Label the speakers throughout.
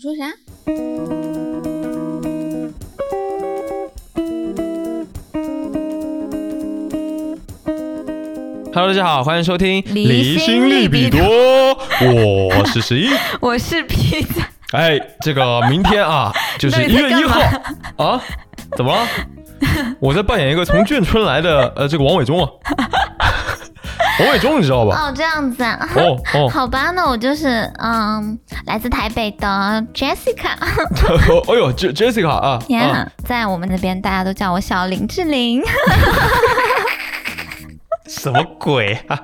Speaker 1: 你说啥？
Speaker 2: Hello，大家好，欢迎收听《
Speaker 3: 离心
Speaker 2: 力
Speaker 3: 力比
Speaker 2: 多》，我是十一。
Speaker 3: 我是披萨，
Speaker 2: 哎，这个明天 啊，就是一
Speaker 3: 你到
Speaker 2: 月
Speaker 3: 底在
Speaker 2: 一
Speaker 3: 干嘛
Speaker 2: 号啊，怎么了？我在扮演一个从眷村来的呃，这个王 伟忠啊，王伟忠你知道吧？
Speaker 3: 哦，这样子啊，
Speaker 2: 哦 哦，
Speaker 3: 好吧，那我就是嗯，来自台北的 Jessica，
Speaker 2: 哎呦，J Jessica 啊，
Speaker 3: 天啊
Speaker 2: 啊，
Speaker 3: 在我们那边大家都叫我小林志玲。
Speaker 2: 什么鬼啊？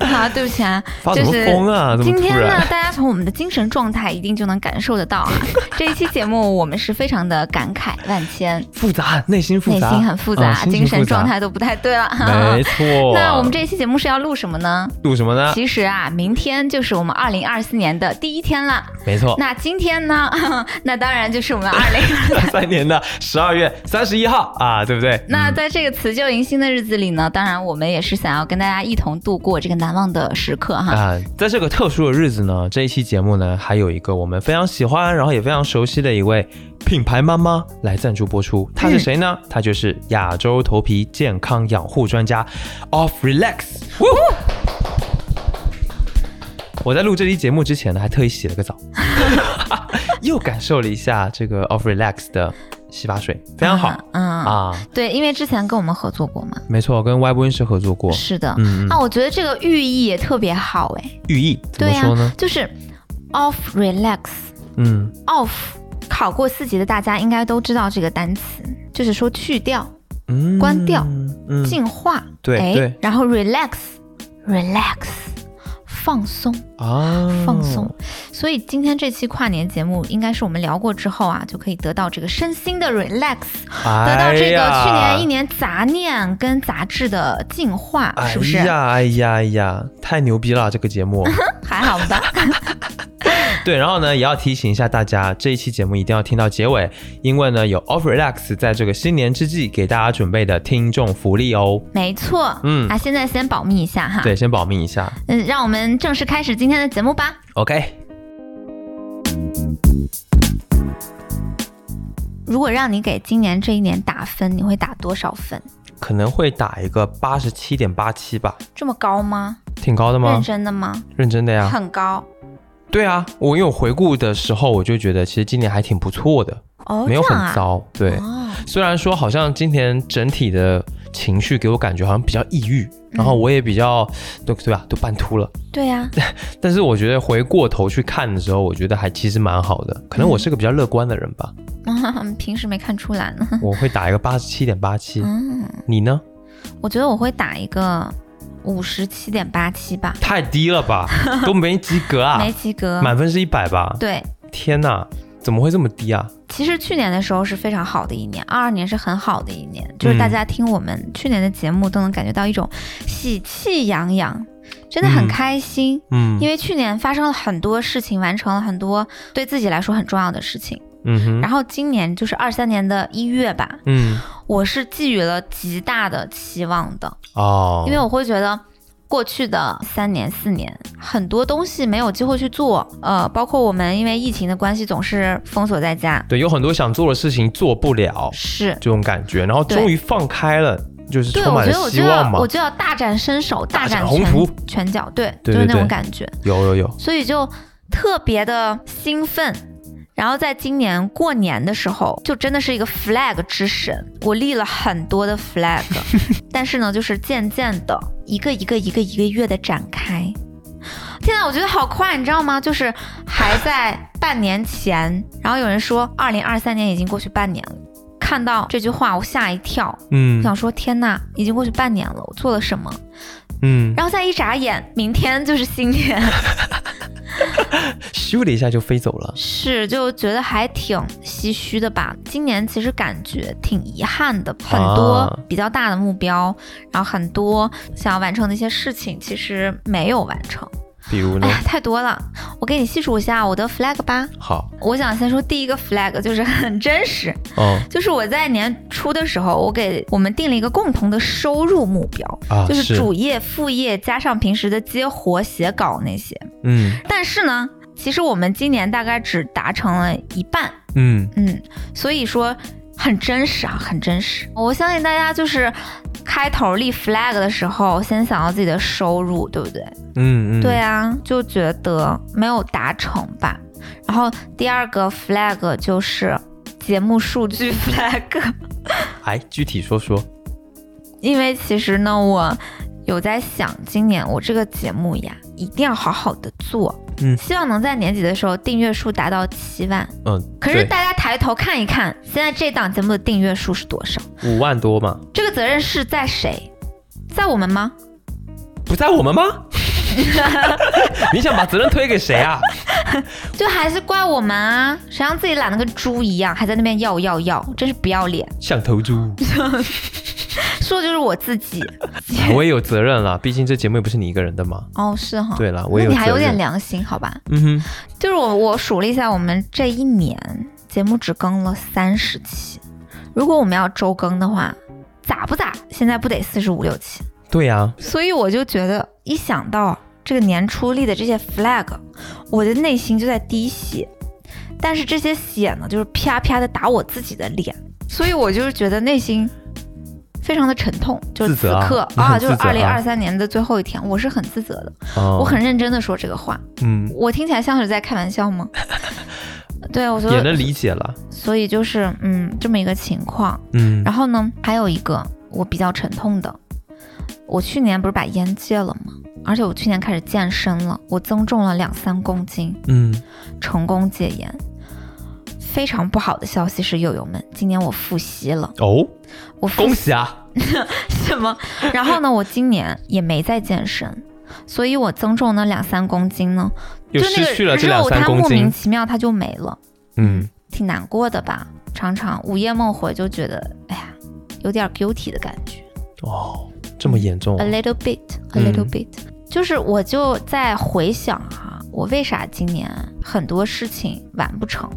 Speaker 3: 好，对不起 啊，
Speaker 2: 发什
Speaker 3: 就
Speaker 2: 么
Speaker 3: 是
Speaker 2: 疯啊？这
Speaker 3: 今
Speaker 2: 么突
Speaker 3: 天呢
Speaker 2: 然？，
Speaker 3: 大家从我们的精神状态一定就能感受得到啊。 这一期节目我们是非常的感慨万千，
Speaker 2: 复杂，内心复
Speaker 3: 内
Speaker 2: 杂，
Speaker 3: 心很复杂，
Speaker 2: 啊
Speaker 3: 精神状。
Speaker 2: 心
Speaker 3: 态都不太对了。
Speaker 2: 情复杂没错。
Speaker 3: 那我们这一期节目是要录什么呢？
Speaker 2: 录什么呢？
Speaker 3: 其实啊，明天就是我们二零二四年的第一天了。
Speaker 2: 没错，
Speaker 3: 那今天呢？ 那当然就是我们二零。
Speaker 2: 三年的十二月三十一号啊，对不对？
Speaker 3: 那
Speaker 2: 嗯
Speaker 3: 在这个辞旧迎新的日子里呢，当然我们也是想要跟大家一同度过这个难忘的时刻哈。
Speaker 2: 啊，在这个特殊的日子呢，这一期节目呢，还有一个我们非常喜欢，然后也非常熟悉的一位品牌妈妈来赞助播出。她是谁
Speaker 3: 嗯
Speaker 2: 呢？她就是亚洲头皮健康养护专家 Off Relax。呜我在录这期节目之前呢，还特意洗了 个澡，又感受了一下这个 Off Relax 的洗发水，非常好
Speaker 3: 嗯，嗯
Speaker 2: 啊。
Speaker 3: 对，因为之前跟我们合作过嘛。
Speaker 2: 没错，跟 Y 播音师合作过，
Speaker 3: 是的，
Speaker 2: 嗯嗯
Speaker 3: 啊，我觉得这个寓意也特别好哎。
Speaker 2: 寓意怎
Speaker 3: 对
Speaker 2: 么
Speaker 3: 呀、
Speaker 2: 说呢？
Speaker 3: 就是 off relax
Speaker 2: 嗯，
Speaker 3: off，考过四级的大家应该都知道这个单词，就是说去掉、
Speaker 2: 嗯
Speaker 3: 关掉，
Speaker 2: 嗯，
Speaker 3: 净化，
Speaker 2: 对
Speaker 3: 哎
Speaker 2: 对
Speaker 3: 然后 relax relax 放松。
Speaker 2: 啊，
Speaker 3: 放松。所以今天这期跨年节目，应该是我们聊过之后啊，就可以得到这个身心的 relax，得
Speaker 2: 哎
Speaker 3: 到这个去年一
Speaker 2: 年。
Speaker 3: 年杂念跟杂质的净化，是不是
Speaker 2: 哎？呀，哎呀，哎呀，太牛逼了！这个 节目，
Speaker 3: 还好吧？
Speaker 2: 对，然后呢，也要提醒一下大家，这一期节目一定要听到结尾，因为呢，有 Off Relax 在这个新年之际给大家准备的听众福利哦。
Speaker 3: 没错，
Speaker 2: 嗯
Speaker 3: 啊，现在先保密一下哈。
Speaker 2: 对，，先保密一下。
Speaker 3: 嗯，让我们正式开始今天的节目吧。
Speaker 2: OK，
Speaker 3: 如果让你给今年这一年打分，你会打多少分？
Speaker 2: 可能会打一个八十七点八七吧，
Speaker 3: 这么高吗？
Speaker 2: 挺高的吗？
Speaker 3: 认真的吗？
Speaker 2: 认真的呀。
Speaker 3: 很高
Speaker 2: 对啊，我因为我回顾的时候，我就觉得其实今年还挺不错的，
Speaker 3: 哦，
Speaker 2: 没有
Speaker 3: 这
Speaker 2: 很
Speaker 3: 样啊。
Speaker 2: 糟。对，
Speaker 3: 哦，
Speaker 2: 虽然说好像今年整体的情绪给我感觉好像比较抑郁，
Speaker 3: 嗯
Speaker 2: 然后我也比较都对吧，都半秃了。
Speaker 3: 对呀、
Speaker 2: 但是我觉得回过头去看的时候，我觉得还其实蛮好的。可能我是个比较乐观的人吧，
Speaker 3: 嗯，平时没看出来 呢。
Speaker 2: 我会打一个八十七点八七。
Speaker 3: 嗯，
Speaker 2: 你呢？
Speaker 3: 我觉得我会打一个五十七点八七吧，
Speaker 2: 太低 了吧，都没及格啊
Speaker 3: 没！及格。
Speaker 2: 满分是一百吧？
Speaker 3: 对，
Speaker 2: 天哪，怎么会这么低啊？
Speaker 3: 其实去年的时候是非常好的一年，二二年是很好的一年，就是
Speaker 2: 嗯
Speaker 3: 大家听我们去年的节目都能感觉到一种喜气洋洋，真的很
Speaker 2: 嗯
Speaker 3: 开心。
Speaker 2: 嗯
Speaker 3: 因为去年发生了很多事情，完成了很多对自己来说很重要的事情。
Speaker 2: 嗯哼
Speaker 3: 然后今年就是二三年的一月吧，
Speaker 2: 嗯
Speaker 3: 我是寄予了极大的期望的。
Speaker 2: 哦，
Speaker 3: 因为我会觉得过去的三年四年，很多东西没有机会去做，呃，包括我们因为疫情的关系，总是封锁在家，
Speaker 2: 对有很多想做的事情做不了，
Speaker 3: 是。
Speaker 2: 这种感觉，然后
Speaker 3: 对
Speaker 2: 终于放开了，就是
Speaker 3: 对，
Speaker 2: 充
Speaker 3: 我
Speaker 2: 满
Speaker 3: 觉
Speaker 2: 了
Speaker 3: 得我
Speaker 2: 希
Speaker 3: 就
Speaker 2: 望
Speaker 3: 要
Speaker 2: 嘛
Speaker 3: 我。就要大展身手，大
Speaker 2: 展
Speaker 3: 展
Speaker 2: 宏图
Speaker 3: 拳拳脚，对，
Speaker 2: 对
Speaker 3: 就是
Speaker 2: 对
Speaker 3: 那种
Speaker 2: 对
Speaker 3: 感觉，
Speaker 2: 有有有，
Speaker 3: 所以就特别的兴奋。然后在今年过年的时候，就真的是一个 flag 之神，我立了很多的 flag，但是呢，就是渐渐的一个一个一个一个月的展开。天呐，我觉得好快，你知道吗？就是还在半年前，然后有人说二零二三年已经过去半年了，看到这句话我吓一跳，
Speaker 2: 嗯
Speaker 3: 我想说天呐，已经过去半年了，我做了什么？
Speaker 2: 嗯，
Speaker 3: 然后再一眨眼，明天就是新年。
Speaker 2: 咻的一下就飞走了。
Speaker 3: 是，就觉得还挺唏嘘的吧。今年其实感觉挺遗憾的，很
Speaker 2: 啊
Speaker 3: 多比较大的目标，然后很多想要完成的一些事情，其实没有完成。
Speaker 2: 比如呢
Speaker 3: 哎，呀，太多了，我给你细数一下我的 flag 吧。
Speaker 2: 好，
Speaker 3: 我想先说第一个 flag，就是很真实，
Speaker 2: 哦
Speaker 3: 就是我在年初的时候，我给我们定了一个共同的收入目标，
Speaker 2: 啊，
Speaker 3: 就是主业、副业加上平时的接活、写稿那些。
Speaker 2: 嗯
Speaker 3: 但是呢，其实我们今年大概只达成了一半，
Speaker 2: 嗯，
Speaker 3: 嗯，所以说很真实啊，很真实。我相信大家就是开头立 flag 的时候，先想到自己的收入，对不对？
Speaker 2: 嗯嗯，
Speaker 3: 对啊，就觉得没有达成吧。然后第二个 flag 就是节目数据 flag，
Speaker 2: 哎，具体说说，
Speaker 3: 因为其实呢，我有在想，今年我这个节目呀，一定要好好的做。
Speaker 2: 嗯
Speaker 3: 希望能在年底的时候订阅数达到七万。
Speaker 2: 嗯，
Speaker 3: 可是
Speaker 2: 对
Speaker 3: 大家抬头看一看，现在这档节目的订阅数是多少？
Speaker 2: 五万多嘛，
Speaker 3: 这个责任是在谁？在我们吗？
Speaker 2: 不在我们吗？ 你想把责任推给谁啊？
Speaker 3: 就还是怪我们啊？谁让自己懒得跟猪一样，还在那边要要要，真是不要脸！
Speaker 2: 像头 猪，
Speaker 3: 说的就是我自 己。
Speaker 2: 我也有责任了，毕竟这节目也不是你一个人的嘛。
Speaker 3: 哦，是哈。
Speaker 2: 对了，
Speaker 3: 那
Speaker 2: 我也有
Speaker 3: 你
Speaker 2: 责任。
Speaker 3: 还有点良心，好吧？
Speaker 2: 嗯哼，
Speaker 3: 就是我我数了一下，我们这一年节目只更了三十期，如果我们要周更的话，咋不咋，现在不得四十五六期？
Speaker 2: 对啊呀、
Speaker 3: 所以我就觉得，一想到这个年初立的这些 flag，我的内心就在滴血。但是这些血呢，就是啪啪的打我自己的脸，所以我就是觉得内心非常的沉痛。就是
Speaker 2: 自
Speaker 3: 此
Speaker 2: 责啊
Speaker 3: 刻
Speaker 2: 你 很
Speaker 3: 就是
Speaker 2: 自责
Speaker 3: 二零
Speaker 2: 啊
Speaker 3: 二三年的最后一天，我是很自责的。
Speaker 2: 哦
Speaker 3: 我很认真的说这个话，
Speaker 2: 嗯，
Speaker 3: 我听起来像是在开玩笑 吗？对，我觉
Speaker 2: 也
Speaker 3: 得，
Speaker 2: 能理解了。
Speaker 3: 所以就是嗯，这么一个情况。
Speaker 2: 嗯
Speaker 3: 然后呢，还有一个我比较沉痛的，我去年不是把烟戒了吗？而且我去年开始健身了，我增重了两三公斤，
Speaker 2: 嗯，
Speaker 3: 成功戒烟。非常不好的消息是，友友们，今年我复吸了，
Speaker 2: 哦，
Speaker 3: 我复
Speaker 2: 恭
Speaker 3: 吸
Speaker 2: 喜啊！
Speaker 3: 什么？然后呢，我今年也没再健身，所以我增重那两三公斤呢，就
Speaker 2: 又失去了这
Speaker 3: 那
Speaker 2: 两
Speaker 3: 个肉
Speaker 2: 三
Speaker 3: 它
Speaker 2: 公
Speaker 3: 莫名
Speaker 2: 斤。
Speaker 3: 其妙它就没了，
Speaker 2: 嗯，
Speaker 3: 挺难过的吧？常常午夜梦回就觉得，哎呀，有点 guilty 的感觉。
Speaker 2: 哦，这么严重、
Speaker 3: a
Speaker 2: 啊？
Speaker 3: little bit, a little bit，、就是我就在回想哈、我为啥今年很多事情完不成，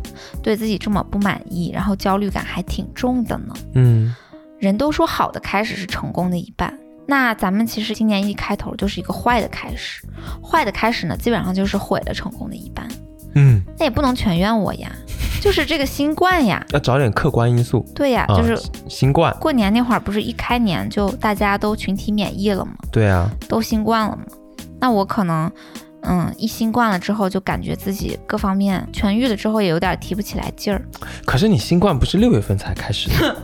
Speaker 3: 对自己这么不满意，然后焦虑感还挺重的呢？
Speaker 2: 嗯，
Speaker 3: 人都说好的开始是成功的一半，那咱们其实今年一开头就是一个坏的开始，坏的开始呢，基本上就是毁了成功的一半，
Speaker 2: 嗯，
Speaker 3: 那也不能全怨我呀，就是这个新冠呀，
Speaker 2: 要找点客观因素，
Speaker 3: 对呀，
Speaker 2: 啊
Speaker 3: 就是
Speaker 2: 新冠。
Speaker 3: 过年那会儿不是一开年就大家都群体免疫了吗？
Speaker 2: 对啊，
Speaker 3: 都新冠了嘛，那我可能，嗯，一新冠了之后就感觉自己各方面痊愈了之后也有点提不起来劲儿。
Speaker 2: 可是你新冠不是六月份才开始的？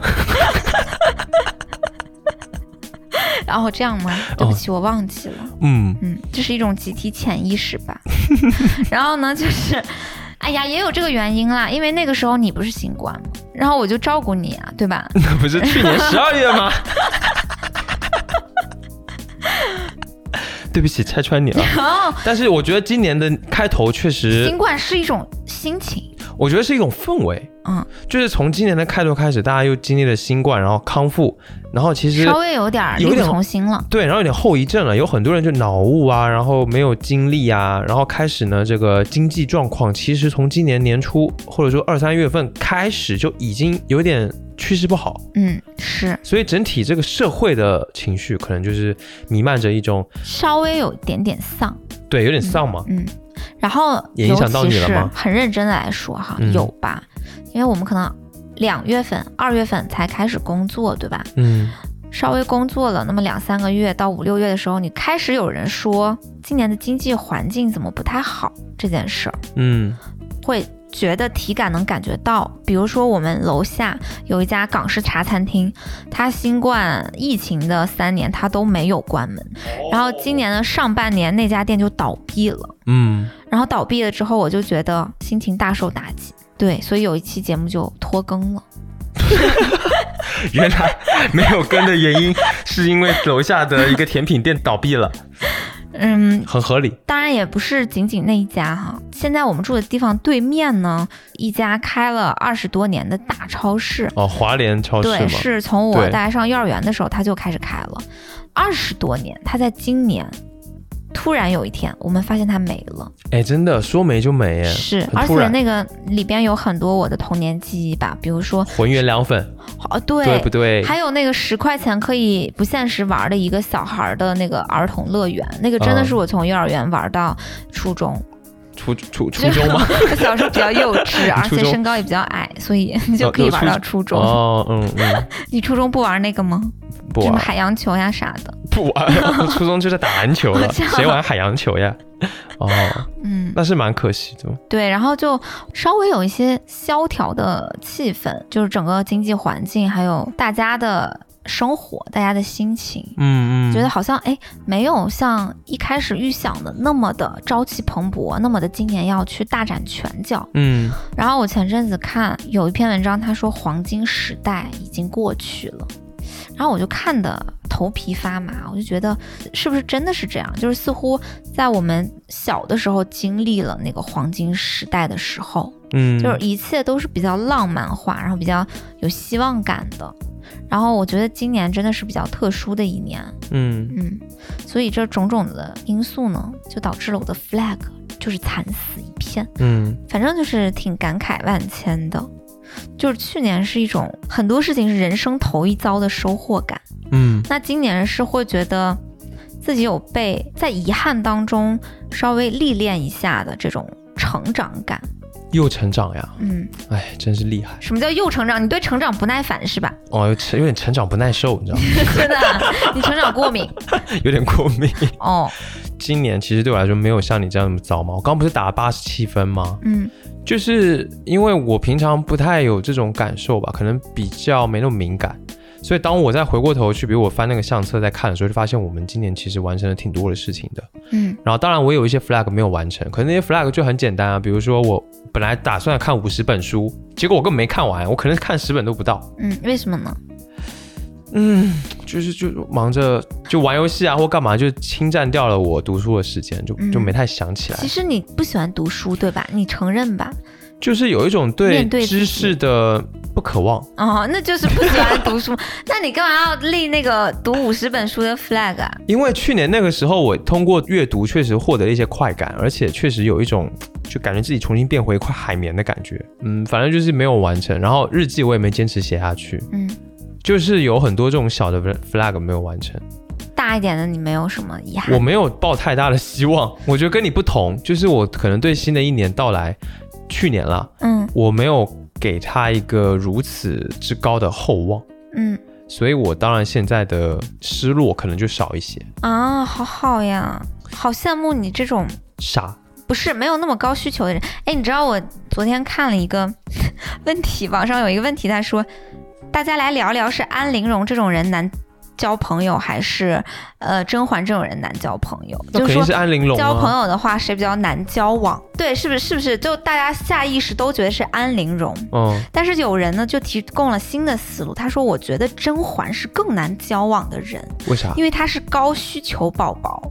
Speaker 3: 然后这样吗？
Speaker 2: 哦
Speaker 3: 对不起，我忘记了。
Speaker 2: 嗯，
Speaker 3: 嗯，这是一种集体潜意识吧。 然后呢，就是，哎呀，也有这个原因啦，因为那个时候你不是新冠嘛，然后我就照顾你啊，对 吧？
Speaker 2: 那 不是去年十二月吗？ 对不起，拆 穿你了。
Speaker 3: 然后
Speaker 2: 但是我觉得今年的开头确实
Speaker 3: 新，冠是一种心情，
Speaker 2: 我觉得是一种氛围。
Speaker 3: 嗯，
Speaker 2: 就是从今年的开头开始，大家又经历了新冠，然后康复，然后其实
Speaker 3: 稍微有点儿
Speaker 2: 有
Speaker 3: 力
Speaker 2: 一
Speaker 3: 不
Speaker 2: 点
Speaker 3: 从心了。
Speaker 2: 对，然后有点后遗症了，有很多人就脑雾啊，然后没有精力啊，然后开始呢，这个经济状况其实从今年年初或者说二三月份开始就已经有点趋势不好，
Speaker 3: 嗯，是
Speaker 2: 所以整体这个社会的情绪可能就是弥漫着一种
Speaker 3: 稍微有一点点丧。
Speaker 2: 对，有点丧嘛，
Speaker 3: 嗯，然后
Speaker 2: 也
Speaker 3: 尤
Speaker 2: 影响到
Speaker 3: 其
Speaker 2: 你了
Speaker 3: 是
Speaker 2: 吗
Speaker 3: 很认真的来说哈，
Speaker 2: 嗯
Speaker 3: 有吧？因为我们可能两月份、二月份才开始工作，对吧？
Speaker 2: 嗯
Speaker 3: 稍微工作了那么两三个月到五六月的时候，你开始有人说今年的经济环境怎么不太好这件事儿，
Speaker 2: 嗯
Speaker 3: 会觉得体感能感觉到。比如说我们楼下有一家港式茶餐厅，它新冠疫情的三年它都没有关门，然后今年的上半年那家店就倒闭了。
Speaker 2: 嗯，
Speaker 3: 然后倒闭了之后，我就觉得心情大受打击。对，所以有一期节目就拖更了。
Speaker 2: 原来没有跟的原因是因为楼下的一个甜品店倒闭了，
Speaker 3: 嗯，
Speaker 2: 很合理，
Speaker 3: 当然也不是仅仅那一家哈。现在我们住的地方对面呢，一家开了二十多年的大超市。
Speaker 2: 哦，华联超市
Speaker 3: 对，
Speaker 2: 嘛，
Speaker 3: 是从我
Speaker 2: 对
Speaker 3: 大概上幼儿园的时候，它就开始开了，二十多年。它在今年突然有一天，我们发现它没了。
Speaker 2: 哎，真的说没就没，哎，
Speaker 3: 是，
Speaker 2: 很
Speaker 3: 而
Speaker 2: 突
Speaker 3: 且
Speaker 2: 然
Speaker 3: 那个里边有很多我的童年记忆吧，比如说，
Speaker 2: 浑元凉粉，
Speaker 3: 哦，对，
Speaker 2: 对不对？
Speaker 3: 还有那个十块钱可以不限时玩的一个
Speaker 2: 嗯
Speaker 3: 小孩儿的那个儿童乐园，那个真的是我从幼儿园玩到初中，
Speaker 2: 初初初中吗？
Speaker 3: 我小时候比较幼 稚，而
Speaker 2: 初
Speaker 3: 且
Speaker 2: 中
Speaker 3: 身高也比较矮，所以你就可以玩到 初中。
Speaker 2: 哦，嗯嗯，
Speaker 3: 你初中不玩那个吗？
Speaker 2: 不
Speaker 3: 什么
Speaker 2: 玩
Speaker 3: 海洋球呀啥的。
Speaker 2: 不玩，我初中就是打篮球了，
Speaker 3: 这样
Speaker 2: 谁玩海洋球呀？哦，
Speaker 3: 嗯，
Speaker 2: 那是蛮可惜的。
Speaker 3: 对，然后就稍微有一些萧条的气氛，就是整个经济环境，还有大家的生活，大家的心情。
Speaker 2: 嗯嗯，
Speaker 3: 觉得好像哎，没有像一开始预想的那么的朝气蓬勃，那么的今年要去大展拳脚。
Speaker 2: 嗯
Speaker 3: 然后我前阵子看有一篇文章，他说黄金时代已经过去了，然后我就看的头皮发麻，我就觉得是不是真的是这样？就是似乎在我们小的时候经历了那个黄金时代的时候，
Speaker 2: 嗯，
Speaker 3: 就是一切都是比较浪漫化，然后比较有希望感的。然后我觉得今年真的是比较特殊的一年，
Speaker 2: 嗯
Speaker 3: 嗯，所以这种种的因素呢，就导致了我的 flag 就是惨死一片。
Speaker 2: 嗯
Speaker 3: 反正就是挺感慨万千的。就是去年是一种很多事情是人生头一遭的收获感，
Speaker 2: 嗯
Speaker 3: 那今年是会觉得自己有被在遗憾当中稍微历练一下的这种成长感。
Speaker 2: 又成长呀，
Speaker 3: 嗯，
Speaker 2: 哎，真是厉害
Speaker 3: 什么叫又成长？你对成长不耐烦是吧？
Speaker 2: 哦，有成有点成长不耐受，你知道吗？
Speaker 3: 真的啊，你成长过敏
Speaker 2: 有点过敏。
Speaker 3: 哦。
Speaker 2: 今年其实对我来说没有像你这样那么糟嘛，我刚不是打了八十七分吗？
Speaker 3: 嗯
Speaker 2: 就是因为我平常不太有这种感受吧，可能比较没那么敏感，所以当我再回过头去，比如我翻那个相册在看的时候，就发现我们今年其实完成了挺多的事情的。
Speaker 3: 嗯
Speaker 2: 然后当然我有一些 flag 没有完成，可能那些 flag 就很简单啊，比如说我本来打算看五十本书，结果我根本没看完，我可能看十本都不到。
Speaker 3: 嗯，为什么呢？
Speaker 2: 嗯，就是就忙着就玩游戏啊或干嘛，就侵占掉了我读书的时间，就就
Speaker 3: 嗯
Speaker 2: 没太想起来
Speaker 3: 其。实你不喜欢读书对吧？你承认吧？
Speaker 2: 就是有一种对
Speaker 3: 面对自己
Speaker 2: 知识的不渴望。
Speaker 3: 哦，那就是不喜欢读 书。那你干嘛要立那个读五十本书的 flag 啊？
Speaker 2: 因为去年那个时候，我通过阅读确实获得了一些快感，而且确实有一种就感觉自己重新变回一块海绵的感觉。嗯，反正就是没有完成，然后日记我也没坚持写下去，
Speaker 3: 嗯，
Speaker 2: 就是有很多这种小的 flag 没有完成。
Speaker 3: 大一点的你没有什么遗憾。
Speaker 2: 我没有抱太大的希望，我觉得跟你不同，就是我可能对新的一年到来，去年啦，
Speaker 3: 嗯
Speaker 2: 我没有给他一个如此之高的厚望。
Speaker 3: 嗯
Speaker 2: 所以我当然现在的失落可能就少一些。
Speaker 3: 啊，好好呀，好羡慕你这种
Speaker 2: 傻，
Speaker 3: 不是没有那么高需求的人。哎，你知道我昨天看了一个 问题，网上有一个问题，他说大家来聊聊是安陵容这种人难交朋友，还是呃甄嬛这种人难交朋友？
Speaker 2: 那
Speaker 3: 就
Speaker 2: 肯
Speaker 3: 是说
Speaker 2: 定是安陵容
Speaker 3: 交朋
Speaker 2: 啊。
Speaker 3: 友的话，谁比较难交往？对，是不是？是不是？就大家下意识都觉得是安陵容，
Speaker 2: 嗯，
Speaker 3: 但是有人呢就提供了新的思路，他说：“我觉得甄嬛是更难交往的人，
Speaker 2: 为啥？
Speaker 3: 因为她是高需求宝宝，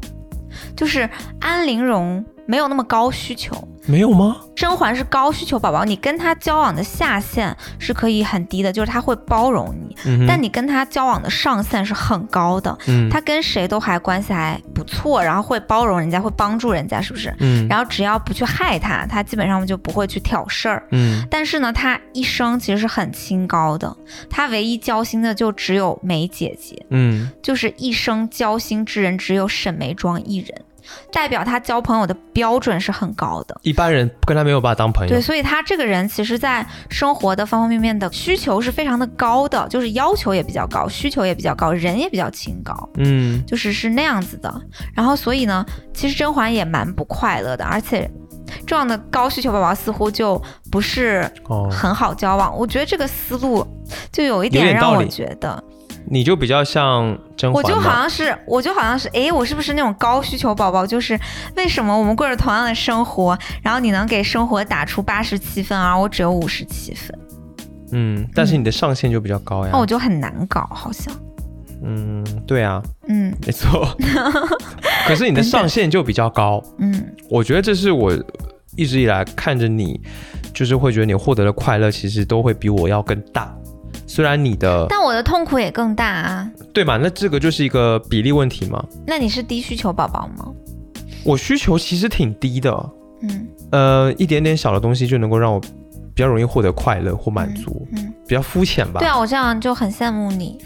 Speaker 3: 就是安陵容没有那么高需求。”
Speaker 2: 没有吗？
Speaker 3: 甄嬛是高需求宝宝，你跟她交往的下限是可以很低的，就是她会包容你；
Speaker 2: 嗯哼，
Speaker 3: 但你跟她交往的上限是很高的，
Speaker 2: 嗯
Speaker 3: 她跟谁都还关系还不错，然后会包容人家，会帮助人家，是不是？
Speaker 2: 嗯
Speaker 3: 然后只要不去害她，她基本上就不会去挑事儿。
Speaker 2: 嗯
Speaker 3: 但是呢，她一生其实是很清高的，她唯一交心的就只有梅姐姐，
Speaker 2: 嗯
Speaker 3: 就是一生交心之人只有沈眉庄一人，代表她交朋友的标准是很高的。
Speaker 2: 一般人跟他没有办法当朋友
Speaker 3: 对，。所以她这个人其实，在生活的方方面面的需求是非常的高的，就是要求也比较高，需求也比较高，人也比较清高。
Speaker 2: 嗯
Speaker 3: 就是是那样子的。然后所以呢，其实甄嬛也蛮不快乐的，而且这样的高需求宝宝似乎就不是
Speaker 2: 哦，
Speaker 3: 很好交往。我觉得这个思路就有一
Speaker 2: 有
Speaker 3: 点
Speaker 2: 点
Speaker 3: 让
Speaker 2: 道
Speaker 3: 我
Speaker 2: 理
Speaker 3: 觉得，
Speaker 2: 你就比较像甄
Speaker 3: 我
Speaker 2: 嬛
Speaker 3: 就好
Speaker 2: 嘛。
Speaker 3: 像是，我就好像是，诶，我是不是那种高需求宝宝？就是为什么我们过着同样的生活，然后你能给生活打出八十七分，而我只有五十七分，
Speaker 2: 嗯，但是你的上限就比较高呀
Speaker 3: 嗯哦那。我就很难搞，好像，
Speaker 2: 嗯，对啊，
Speaker 3: 嗯
Speaker 2: 没错。 可是你的上限就比较高，
Speaker 3: 嗯
Speaker 2: 我觉得这是我一直以来看着你，就是会觉得你获得的快乐其实都会比我要更大。虽然你的
Speaker 3: 但我的痛苦也更大啊。
Speaker 2: 对吧？那这个就是一个比例问题嘛。
Speaker 3: 那你是低需求宝宝吗？
Speaker 2: 我需求其实挺低的，
Speaker 3: 嗯
Speaker 2: 呃，一点点小的东西就能够让我比较容易获得快乐或满足，
Speaker 3: 嗯。
Speaker 2: 比较肤浅吧。
Speaker 3: 啊对啊，我这样就很羡慕你，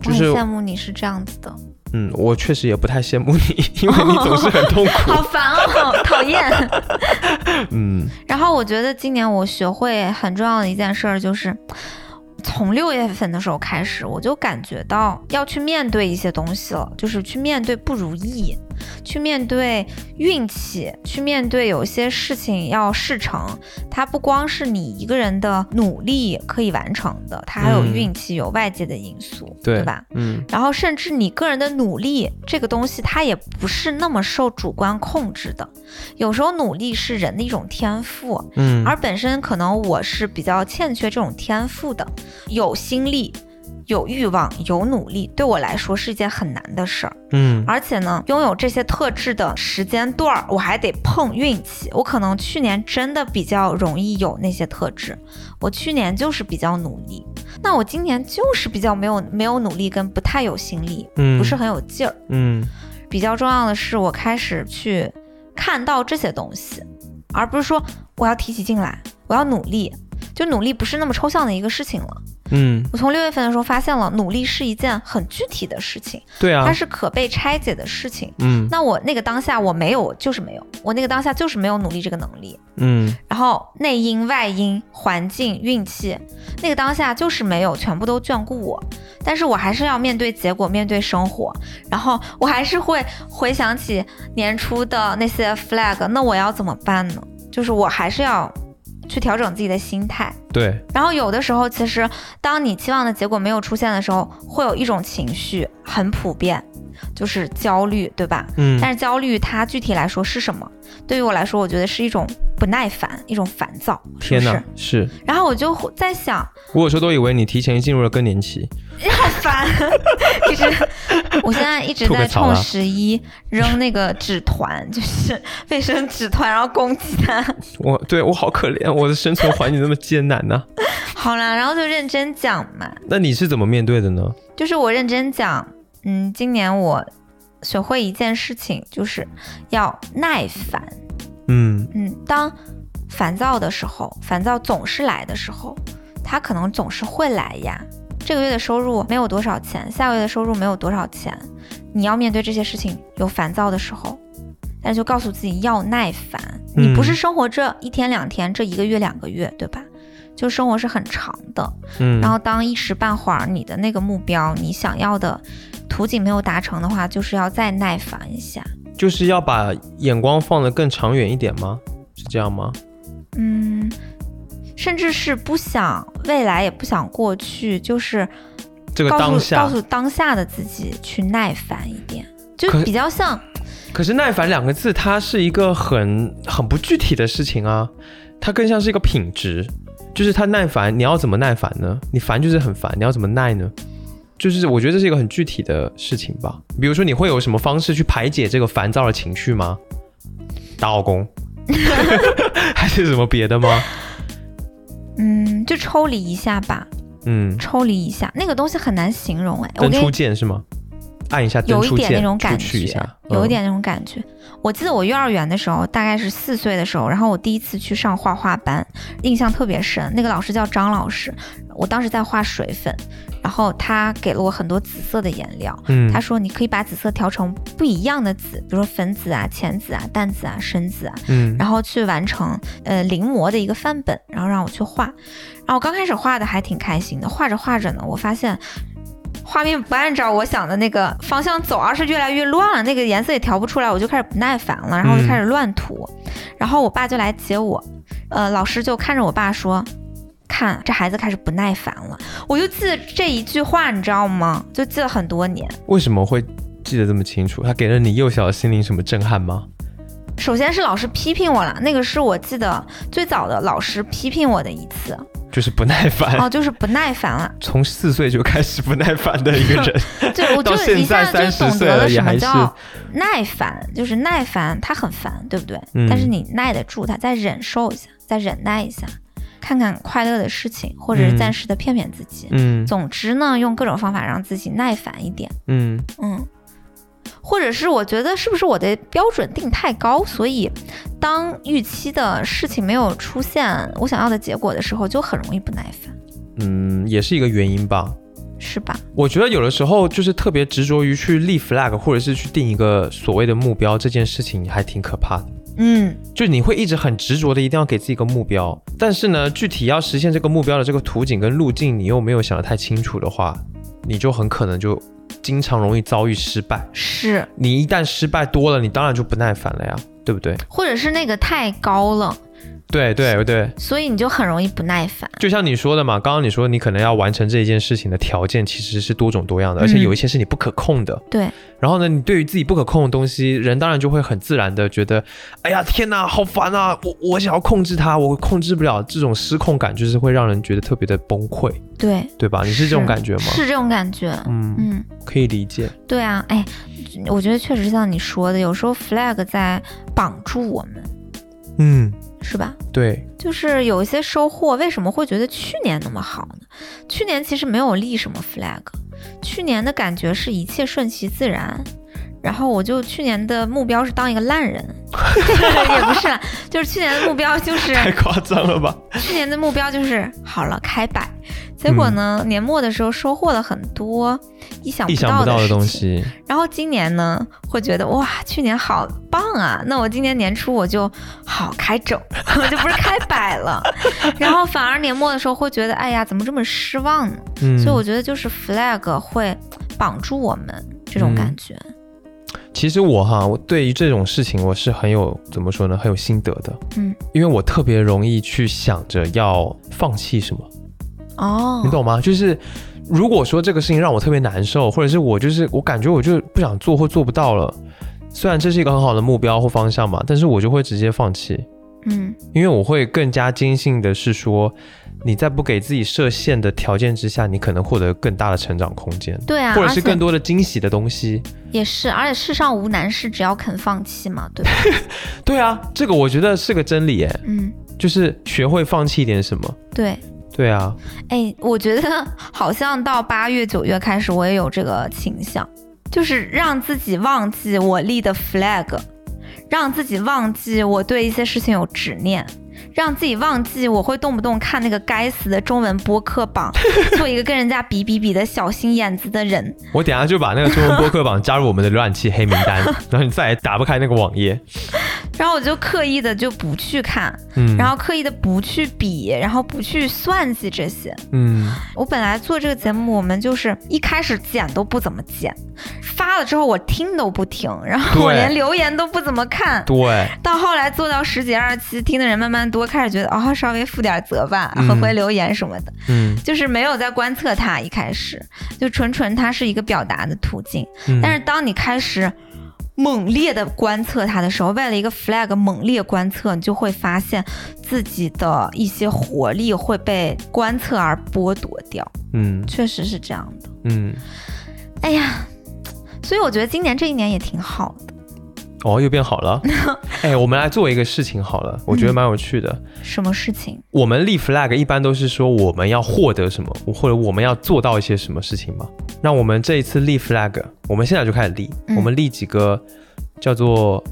Speaker 2: 就是
Speaker 3: 我很羡慕你是这样子的。
Speaker 2: 嗯，我确实也不太羡慕你， 因为你总是很痛
Speaker 3: 好
Speaker 2: 苦。
Speaker 3: 烦 哦，讨厌。
Speaker 2: 嗯，
Speaker 3: 然后我觉得今年我学会很重要的一件事儿就是，从六月份的时候开始，我就感觉到要去面对一些东西了，就是去面对不如意，去面对运气，去面对有些事情要事成，它不光是你一个人的努力可以完成的，它还有
Speaker 2: 嗯
Speaker 3: 运气，有外界的因素，
Speaker 2: 对，
Speaker 3: 吧？？
Speaker 2: 嗯，
Speaker 3: 然后甚至你个人的努力这个东西，它也不是那么受主观控制的。有时候努力是人的一种天赋，
Speaker 2: 嗯，
Speaker 3: 而本身可能我是比较欠缺这种天赋的。有心力、有欲望、有努力，对我来说是一件很难的事儿。
Speaker 2: 嗯，
Speaker 3: 而且呢，拥有这些特质的时间段儿，我还得碰运气。我可能去年真的比较容易有那些特质，我去年就是比较努力，那我今年就是比较没有没有努力跟不太有心力，
Speaker 2: 嗯，
Speaker 3: 不是，很有劲儿。
Speaker 2: 嗯，
Speaker 3: 比较重要的是，我开始去看到这些东西，而不是说我要提起劲来，我要努力。就努力不是那么抽象的一个事情了。
Speaker 2: 嗯，
Speaker 3: 我从六月份的时候发现了，努力是一件很具体的事情，
Speaker 2: 对啊
Speaker 3: 它，是可被拆解的事情。
Speaker 2: 嗯，
Speaker 3: 那我那个当下我没有，就是没有，我那个当下就是没有努力这个能力。
Speaker 2: 嗯，
Speaker 3: 然后内因、外因、环境、运气，那个当下就是没有全部都眷顾我，但是我还是要面对结果，面对生活，然后我还是会回想起年初的那些 flag，那我要怎么办呢？就是我还是要去调整自己的心态。
Speaker 2: 对，
Speaker 3: 然后有的时候，其实当你期望的结果没有出现的时候，会有一种情绪很普遍，就是焦虑，对吧？
Speaker 2: 嗯，
Speaker 3: 但是焦虑它具体来说是什么？对于我来说，我觉得是一种不耐烦，一种烦躁，是
Speaker 2: 天
Speaker 3: 不
Speaker 2: 哪
Speaker 3: 是？，
Speaker 2: 是
Speaker 3: 然后我就在想，
Speaker 2: 我有时候都以为你提前进入了更年期。
Speaker 3: 好烦， 一直，我现在一直
Speaker 2: 特别
Speaker 3: 在
Speaker 2: 吵啊
Speaker 3: 冲十一扔那个纸团， 就是卫生纸团，然后攻击它。
Speaker 2: 我对我好可怜，我的生存环境那么艰难呐、
Speaker 3: 好啦，然后就认真讲嘛，
Speaker 2: 那你是怎么面对的呢？
Speaker 3: 就是我认真讲，嗯，今年我学会一件事情，就是要耐烦。
Speaker 2: 嗯
Speaker 3: 嗯，当烦躁的时候，烦躁总是来的时候，它可能总是会来呀。这个月的收入没有多少钱，下个月的收入没有多少钱，你要面对这些事情有烦躁的时候，但是就告诉自己要耐烦。
Speaker 2: 嗯
Speaker 3: 你不是生活这一天两天，这一个月两个月，对吧？就生活是很长的，
Speaker 2: 嗯，
Speaker 3: 然后当一时半会儿你的那个目标，你想要的途径没有达成的话，就是要再耐烦一下。
Speaker 2: 就是要把眼光放得更长远一点吗？是这样吗？
Speaker 3: 嗯，甚至是不想未来，也不想过去，就是
Speaker 2: 这个
Speaker 3: 告
Speaker 2: 当
Speaker 3: 诉告
Speaker 2: 下，
Speaker 3: 诉当下的自己去耐烦一点，就
Speaker 2: 可
Speaker 3: 比较像
Speaker 2: 可是耐烦两个字，它是一个很很不具体的事情啊，它更像是一个品质，就是它耐烦，你要怎么耐烦呢？你烦就是很烦，你要怎么耐呢？就是我觉得这是一个很具体的事情吧，比如说你会有什么方式去排解这个烦躁的情绪吗？打 耳工，还是什么别的吗？
Speaker 3: 嗯，就抽离一下吧，
Speaker 2: 嗯，
Speaker 3: 抽离一下，那个东西很难形容哎，我
Speaker 2: 登
Speaker 3: 跟
Speaker 2: 出
Speaker 3: 你
Speaker 2: 键是吗？按一下登
Speaker 3: 有一
Speaker 2: 出
Speaker 3: 点
Speaker 2: 键，
Speaker 3: 那种
Speaker 2: 出
Speaker 3: 感
Speaker 2: 去一
Speaker 3: 觉
Speaker 2: 下，，
Speaker 3: 有一
Speaker 2: 嗯
Speaker 3: 点那种感觉。我记得我幼儿园的时候，大概是四岁的时候，然后我第一次去上画画班，印象特别深。那个老师叫张老师，我当时在画水粉，然后他给了我很多紫色的颜料。
Speaker 2: 嗯，
Speaker 3: 他说：“你可以把紫色调成不一样的紫，比如说粉紫啊、浅紫啊、淡紫啊、深紫啊，
Speaker 2: 嗯
Speaker 3: 然后去完成呃临摹的一个范本，然后让我去画。然后我刚开始画的还挺开心的，画着画着呢，我发现画面不按照我想的那个方向走，而是越来越乱了，那个颜色也调不出来，我就开始不耐烦
Speaker 2: 嗯
Speaker 3: 了，然后就开始乱涂。然后我爸就来接我，呃，老师就看着我爸说。看，这孩子开始不耐烦了，我就记得这一句话，你知道吗？就记了很多年。
Speaker 2: 为什么会记得这么清楚？它给了你幼小的心灵什么震撼吗？
Speaker 3: 首先是老师批评我了，那个是我记得最早的老师批评我的一次，
Speaker 2: 就是不耐烦，
Speaker 3: 哦，就是不耐烦了，
Speaker 2: 从四岁就开始不耐烦的一个 人。
Speaker 3: 对，我
Speaker 2: 到
Speaker 3: 就
Speaker 2: 现
Speaker 3: 一下
Speaker 2: 在
Speaker 3: 子就
Speaker 2: 30
Speaker 3: 懂
Speaker 2: 岁
Speaker 3: 得
Speaker 2: 了
Speaker 3: 了
Speaker 2: 也
Speaker 3: 什
Speaker 2: 还
Speaker 3: 么
Speaker 2: 是
Speaker 3: 叫耐烦，就是耐烦，他很烦，对不对？
Speaker 2: 嗯
Speaker 3: 但是你耐得住他，再忍受一下，再忍耐一下，看看快乐的事情，或者
Speaker 2: 嗯
Speaker 3: 是暂时的骗骗自己。
Speaker 2: 嗯
Speaker 3: 总之呢，用各种方法让自己耐烦一点，
Speaker 2: 嗯
Speaker 3: 嗯。或者是我觉得是不是我的标准定太高，所以当预期的事情没有出现我想要的结果的时候，就很容易不耐烦。
Speaker 2: 嗯，也是一个原因吧。
Speaker 3: 是吧？
Speaker 2: 我觉得有的时候就是特别执着于去立 flag，或者是去定一个所谓的目标，这件事情还挺可怕的。
Speaker 3: 嗯，
Speaker 2: 就你会一直很执着的，一定要给自己一个目标，但是呢，具体要实现这个目标的这个途径跟路径，你又没有想得太清楚的话，你就很可能就经常容易遭遇失败。
Speaker 3: 是，
Speaker 2: 你一旦失败多了，你当然就不耐烦了呀，对不对？
Speaker 3: 或者是那个太高了，
Speaker 2: 对对对，
Speaker 3: 所以你就很容易不耐烦。
Speaker 2: 就像你说的嘛，刚刚你说你可能要完成这一件事情的条件其实是多种多样的，而且
Speaker 3: 嗯
Speaker 2: 有一些是你不可控的。
Speaker 3: 对，
Speaker 2: 然后呢，你对于自己不可控的东西，人当然就会很自然的觉得，哎呀，天呐，好烦啊！我我想要控制它，我控制不了，这种失控感就是会让人觉得特别的崩溃，
Speaker 3: 对，
Speaker 2: 对啊吧？你是这种感觉吗？
Speaker 3: 是这种感觉。
Speaker 2: 嗯，
Speaker 3: 嗯，
Speaker 2: 可以理解。
Speaker 3: 对啊，哎，我觉得确实像你说的，有时候 flag 在绑住我们，
Speaker 2: 嗯，
Speaker 3: 是吧？
Speaker 2: 对，
Speaker 3: 就是有一些收获，为什么会觉得去年那么好呢？去年其实没有立什么 flag，去年的感觉是一切顺其自然。然后我就去年的目标是当一个烂人， 也不是啦，就是去年的目标就是
Speaker 2: 太夸张了吧？
Speaker 3: 去年的目标就是好了开摆，结果呢、年末的时候收获了很多意想
Speaker 2: 嗯意
Speaker 3: 不
Speaker 2: 想
Speaker 3: 到
Speaker 2: 不到的
Speaker 3: 事
Speaker 2: 东
Speaker 3: 情。
Speaker 2: 西，
Speaker 3: 然后今年呢，会觉得哇，去年好棒啊！那我今年年初我就好开整， 我就不是开摆 了。然后反而年末的时候会觉得，哎呀，怎么这么失望呢？
Speaker 2: 嗯，
Speaker 3: 所以我觉得就是 flag 会绑住我们这种感觉。
Speaker 2: 其实我哈，我对于这种事情我是很有怎么说呢，很有心得的。
Speaker 3: 嗯，
Speaker 2: 因为我特别容易去想着要放弃什么，
Speaker 3: 哦，
Speaker 2: 嗯你懂吗？就是如果说这个事情让我特别难受，或者是我就是我感觉我就不想做或做不到了，虽然这是一个很好的目标或方向嘛，但是我就会直接放弃，
Speaker 3: 嗯
Speaker 2: 因为我会更加坚信的是说，你在不给自己设限的条件之下，你可能获得更大的成长空间，
Speaker 3: 对啊，
Speaker 2: 或者是
Speaker 3: 而
Speaker 2: 更
Speaker 3: 且
Speaker 2: 多的惊喜的东西。
Speaker 3: 也是，而且世上无难事，只要肯放弃嘛， 对吧？
Speaker 2: 对啊，这个我觉得是个真理，哎，
Speaker 3: 嗯，
Speaker 2: 就是学会放弃一点什么。
Speaker 3: 对。
Speaker 2: 对啊，
Speaker 3: 哎，我觉得好像到八月、九月开始，我也有这个倾向，就是让自己忘记我立的 flag，让自己忘记我对一些事情有执念。让自己忘记我会动不动看那个该死的中文播客榜，做一个跟人家比比比的小心眼子的人。
Speaker 2: 我等下就把那个中文播客榜加入我们的浏览器黑名单， 然后你再也打不开那个网页。
Speaker 3: 然后我就刻意的就不去看，
Speaker 2: 嗯，
Speaker 3: 然后刻意的不去比，然后不去算计这些。
Speaker 2: 嗯，
Speaker 3: 我本来做这个节目，我们就是一开始剪都不怎么剪，发了之后我听都不听，然后我
Speaker 2: 对
Speaker 3: 连留言都不怎么看。
Speaker 2: 对，
Speaker 3: 到后来做到十几二十期，听的人慢慢多，开始觉得哦，稍微负点责吧，
Speaker 2: 嗯
Speaker 3: 回回留言什么的，
Speaker 2: 嗯，
Speaker 3: 就是没有在观测它。一开始就纯纯它是一个表达的途径，
Speaker 2: 嗯
Speaker 3: 但是当你开始猛烈的观测它的时候，为了一个 flag 猛烈观测，你就会发现自己的一些活力会被观测而剥夺掉。
Speaker 2: 嗯
Speaker 3: 确实是这样的。
Speaker 2: 嗯，
Speaker 3: 哎呀，所以我觉得今年这一年也挺好的，
Speaker 2: 哦，又变好 了。哎，我们来做一个事情好了，我觉得蛮有趣的。
Speaker 3: 什么事情？
Speaker 2: 我们立 flag 一般都是说我们要获得什么，或者我们要做到一些什么事情嘛。那我们这一次立 flag，我们现在就开始立，
Speaker 3: 嗯
Speaker 2: 我们立几个叫做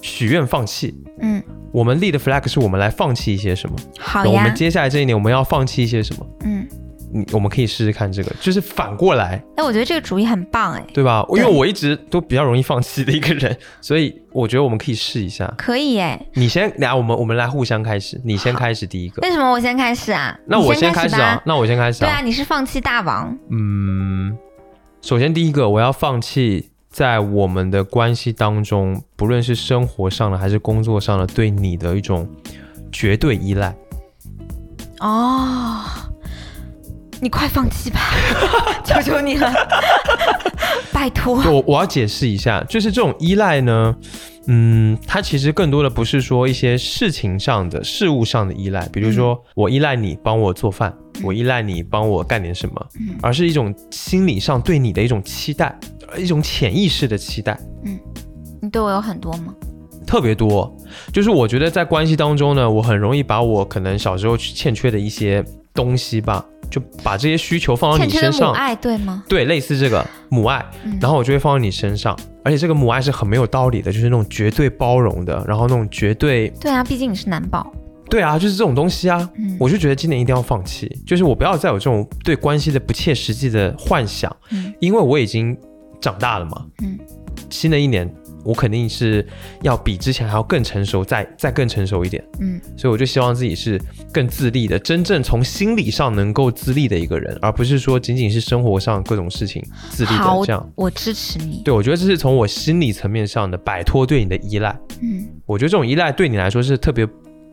Speaker 2: 许愿放弃。
Speaker 3: 嗯，
Speaker 2: 我们立的 flag 是我们来放弃一些什么，
Speaker 3: 好
Speaker 2: 我
Speaker 3: 呀
Speaker 2: 们，接下来这一年我们要放弃一些什么。
Speaker 3: 嗯，
Speaker 2: 你我们可以试试看这个，就是反过来，
Speaker 3: 哎，我觉得这个主意很棒，哎，
Speaker 2: 对吧？因
Speaker 3: 对
Speaker 2: 为我一直都比较容易放弃的一个人， 所以我觉得我们可以试一下。
Speaker 3: 可以哎。
Speaker 2: 你先来，我们我们来互相开始，你先
Speaker 3: 好
Speaker 2: 开始第一个，
Speaker 3: 为什么我先开始啊？
Speaker 2: 那
Speaker 3: 你
Speaker 2: 我
Speaker 3: 先
Speaker 2: 开始
Speaker 3: 吧
Speaker 2: 啊，。那我先开始
Speaker 3: 对
Speaker 2: 啊
Speaker 3: 啊，，你是放弃大王，
Speaker 2: 嗯，首先第一个，我要放弃在我们的关系当中，不论是生活上的还是工作上的，对你的一种绝对依赖。
Speaker 3: 哦，你快放弃 吧，求求你了，拜托。
Speaker 2: 对我我要解释一下，就是这种依赖呢，嗯，它其实更多的不是说一些事情上的、事物上的依赖，比如
Speaker 3: 嗯
Speaker 2: 说我依赖你帮我做饭，我依赖你帮我干点什么，
Speaker 3: 嗯
Speaker 2: 而是一种心理上对你的一种期待，呃一种潜意识的期待。
Speaker 3: 你对我有很多吗？
Speaker 2: 特别多，就是我觉得在关系当中呢，我很容易把我可能小时候欠缺的一些东西吧，就把这些需求放到
Speaker 3: 欠
Speaker 2: 哦你
Speaker 3: 缺的
Speaker 2: 身
Speaker 3: 母
Speaker 2: 上，
Speaker 3: 爱，对吗？
Speaker 2: 对，类似这个母爱，
Speaker 3: 嗯
Speaker 2: 然后我就会放到你身上，而且这个母爱是很没有道理的，就是那种绝对包容的，然后那种绝对
Speaker 3: 对啊，毕竟你是男宝。
Speaker 2: 对啊，就是这种东西啊，
Speaker 3: 嗯
Speaker 2: 我就觉得今年一定要放弃，就是我不要再有这种对关系的不切实际的幻想，
Speaker 3: 嗯
Speaker 2: 因为我已经长大了嘛。
Speaker 3: 嗯，
Speaker 2: 新的一年我肯定是要比之前还要更成熟，再再更成熟一点。
Speaker 3: 嗯，
Speaker 2: 所以我就希望自己是更自立的，真正从心理上能够自立的一个人，而不是说仅仅是生活上各种事情自立
Speaker 3: 好
Speaker 2: 的这样。，
Speaker 3: 我支持你。
Speaker 2: 对，我觉得这是从我心理层面上的摆脱对你的依赖。
Speaker 3: 嗯，
Speaker 2: 我觉得这种依赖对你来说是特别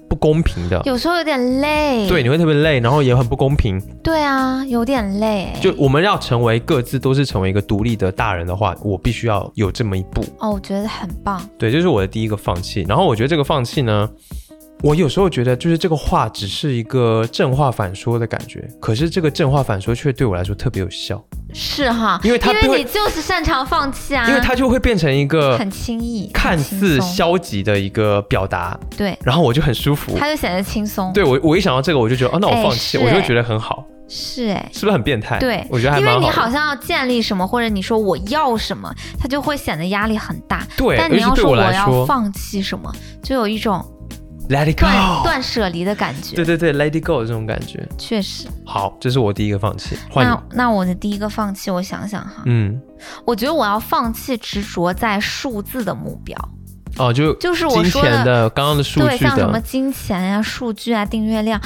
Speaker 2: 不公平的，
Speaker 3: 有时候有点累。
Speaker 2: 对，你会特别累，然后也很不公平。
Speaker 3: 对啊，有点累。
Speaker 2: 就我们要成为各自都是成为一个独立的大人的话，我必须要有这么一步。
Speaker 3: 哦，我觉得很棒。
Speaker 2: 对，这是我的第一个放弃。然后我觉得这个放弃呢，我有时候觉得就是这个话只是一个正话反说的感觉，可是这个正话反说却对我来说特别有效，
Speaker 3: 是哈，
Speaker 2: 因为他不
Speaker 3: 你
Speaker 2: 会
Speaker 3: 就是擅长放弃啊，
Speaker 2: 因为它就会变成一个
Speaker 3: 很轻易，
Speaker 2: 看
Speaker 3: 很轻
Speaker 2: 似
Speaker 3: 松
Speaker 2: 消极的一个表达，
Speaker 3: 对，
Speaker 2: 然后我就很舒服。
Speaker 3: 他就显得轻松。，
Speaker 2: 对我，我一想到这个，我就觉得哦，那我
Speaker 3: 哎
Speaker 2: 放弃，
Speaker 3: 是
Speaker 2: 我就
Speaker 3: 哎
Speaker 2: 觉得很好，
Speaker 3: 是哎。
Speaker 2: 是不是很变态？
Speaker 3: 对，
Speaker 2: 我觉得还
Speaker 3: 因
Speaker 2: 蛮
Speaker 3: 为
Speaker 2: 好的。
Speaker 3: 你好像要建立什么，或者你说我要什么，他就会显得压力很大。
Speaker 2: 对，
Speaker 3: 但
Speaker 2: 尤
Speaker 3: 你
Speaker 2: 其
Speaker 3: 要
Speaker 2: 对
Speaker 3: 说
Speaker 2: 我
Speaker 3: 我
Speaker 2: 来
Speaker 3: 要
Speaker 2: 说
Speaker 3: 放弃什么，就有一种
Speaker 2: ，Let it
Speaker 3: 断
Speaker 2: go，
Speaker 3: 断舍离的感觉。
Speaker 2: 对对对，Let it go 这种感觉。
Speaker 3: 确实。
Speaker 2: 好，这是我第一个放弃，换你
Speaker 3: 那。那我的第一个放弃，我想想哈，
Speaker 2: 嗯，
Speaker 3: 我觉得我要放弃执着在数字的目标，
Speaker 2: 哦，就
Speaker 3: 就是我
Speaker 2: 金
Speaker 3: 说
Speaker 2: 钱的刚刚的数
Speaker 3: 对，
Speaker 2: 据
Speaker 3: 像什么
Speaker 2: 的，
Speaker 3: 金钱呀、数据啊、订阅量，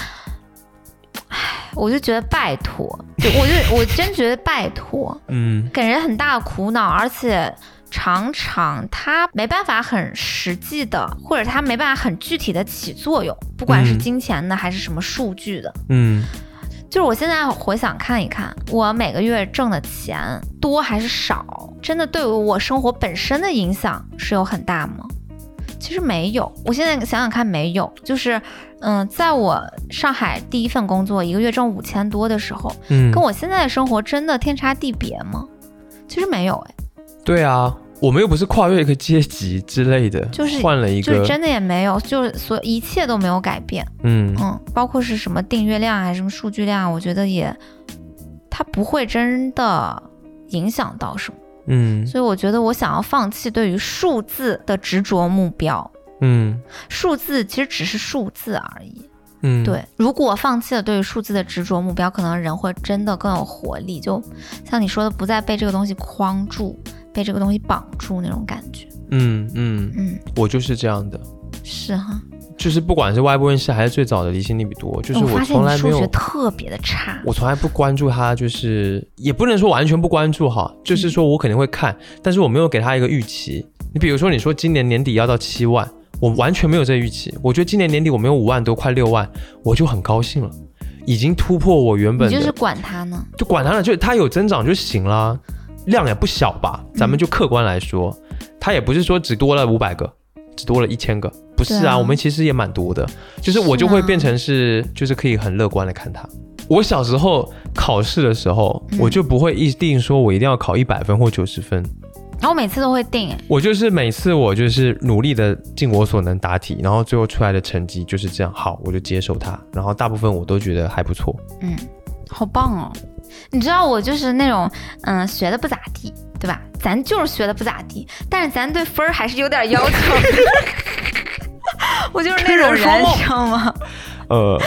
Speaker 3: 唉，我就觉得拜托，就我就我真觉得拜托。
Speaker 2: 嗯
Speaker 3: 给人很大的苦恼，而且常常他没办法很实际的，或者他没办法很具体的起作用，不管是
Speaker 2: 嗯
Speaker 3: 金钱的还是什么数据的。
Speaker 2: 嗯
Speaker 3: 就是我现在回想看一看，我每个月挣的钱多还是少，真的对于我生活本身的影响是有很大吗？其实没有，我现在想想看，没有。就是，嗯，在我上海第一份工作，一个月挣五千多的时候，
Speaker 2: 嗯，
Speaker 3: 跟我现在的生活真的天差地别吗？其实没有哎，
Speaker 2: 对啊，我们又不是跨越一个阶级之类的，
Speaker 3: 就是
Speaker 2: 换了一
Speaker 3: 就是
Speaker 2: 个，
Speaker 3: 真的也没有，就是所一切都没有改变，
Speaker 2: 嗯
Speaker 3: 嗯，包括是什么订阅量啊还是什么数据量，我觉得也它不会真的影响到什么，
Speaker 2: 嗯
Speaker 3: 所以我觉得我想要放弃对于数字的执着目标，
Speaker 2: 嗯
Speaker 3: 数字其实只是数字而已。
Speaker 2: 嗯，，
Speaker 3: 对，如果放弃了对于数字的执着目标，可能人会真的更有活力，就像你说的，不再被这个东西框住，被这个东西绑住那种感觉。
Speaker 2: 嗯嗯，
Speaker 3: 嗯，
Speaker 2: 我就是这样的，
Speaker 3: 是哈。哎
Speaker 2: 就是不管是外部认识还是最早的离心力比多，就
Speaker 3: 哦
Speaker 2: 是
Speaker 3: 我发现
Speaker 2: 从
Speaker 3: 你
Speaker 2: 来没
Speaker 3: 数学
Speaker 2: 有。
Speaker 3: 特别的差。
Speaker 2: 我从来不关注他，就是也不能说完全不关注哈，
Speaker 3: 嗯
Speaker 2: 就是说我肯定会看，但是我没有给他一个预期。你比如说，你说今年年底要到七万，我完全没有这预期。我觉得今年年底我没有五万多，快六万，我就很高兴了，已经突破我原
Speaker 3: 你
Speaker 2: 本的。
Speaker 3: 就是管他呢，
Speaker 2: 就管他了，就它有增长就行了，量也不小吧？咱们就客观来说，它也不是说只多了五百个，只多了一千个，不是
Speaker 3: 对
Speaker 2: 啊，
Speaker 3: 啊
Speaker 2: 我们其实也蛮多的，就是我
Speaker 3: 是
Speaker 2: 就会
Speaker 3: 啊
Speaker 2: 变成是，就是可以很乐观的看它。我小时候考试的时候，
Speaker 3: 嗯
Speaker 2: 我就不会一定说我一定要考一百分或九十分，
Speaker 3: 然后我每次都会定，哎，
Speaker 2: 我就是每次我就是努力的尽我所能答题，然后最后出来的成绩就是这样，好，我就接受它，然后大部分我都觉得还不错。
Speaker 3: 嗯，好棒哦。你知道我就是那种，嗯，学的不咋地，对吧？咱就是学的不咋地，但是咱对分儿还是有点要求。 我就是那种
Speaker 2: 痴人
Speaker 3: 人，
Speaker 2: 说梦
Speaker 3: 你知道吗？
Speaker 2: 呃，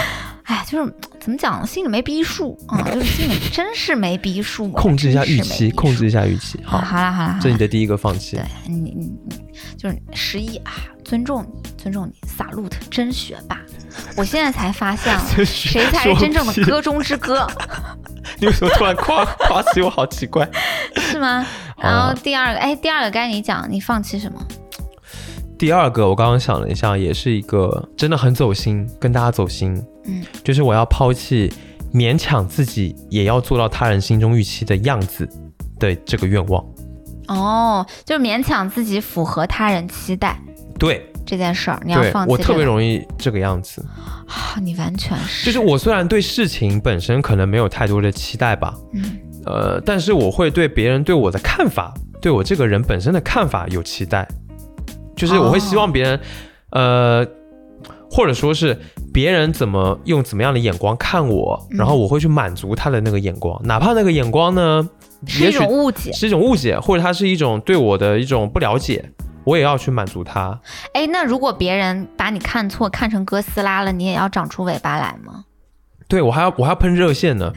Speaker 3: 哎，就是怎么讲，心里没逼数啊、就是心里真是没逼数啊、
Speaker 2: 控制一下
Speaker 3: 真是
Speaker 2: 预
Speaker 3: 没逼
Speaker 2: 期，
Speaker 3: 数
Speaker 2: 控制一下预期，好
Speaker 3: 啊。好了好了，好
Speaker 2: 这是你
Speaker 3: 了，
Speaker 2: 的第一个放 弃，
Speaker 3: 对。你你你就是十一啊，尊重你，尊重你，salute，真学霸。我现在才发现了
Speaker 2: 这是
Speaker 3: 谁才是真正的
Speaker 2: 说屁
Speaker 3: 歌中之歌，
Speaker 2: 你为什么突然夸 夸起我？好奇怪。
Speaker 3: 是 吗？
Speaker 2: 好
Speaker 3: 然后第二个，哎，第二个该你讲，你放弃什么？
Speaker 2: 第二个，我刚刚想了一下，也是一个真的很走心，跟大家走心。
Speaker 3: 嗯，
Speaker 2: 就是我要抛弃勉强自己也要做到他人心中预期的样子的这个愿望。
Speaker 3: 哦，就是勉强自己符合他人期待
Speaker 2: 对，
Speaker 3: 这件事儿，你要
Speaker 2: 对
Speaker 3: 放弃、这个。
Speaker 2: 我特别容易这个样子，
Speaker 3: 啊，你完全是，
Speaker 2: 就是我虽然对事情本身可能没有太多的期待吧，
Speaker 3: 嗯
Speaker 2: 呃，但是我会对别人对我的看法，对我这个人本身的看法有期待，就是我会希望别人，呃，或者说是别人怎么用怎么样的眼光看我，
Speaker 3: 嗯
Speaker 2: 然后我会去满足他的那个眼光，哪怕那个眼光呢，
Speaker 3: 是
Speaker 2: 也
Speaker 3: 一
Speaker 2: 许
Speaker 3: 种误解。
Speaker 2: 是一种误解，或者他是一种对我的一种不了解，我也要去满足他。
Speaker 3: 哎，那如果别人把你看错，看成哥斯拉了，你也要长出尾巴来吗？
Speaker 2: 对我还要我还要喷热线呢。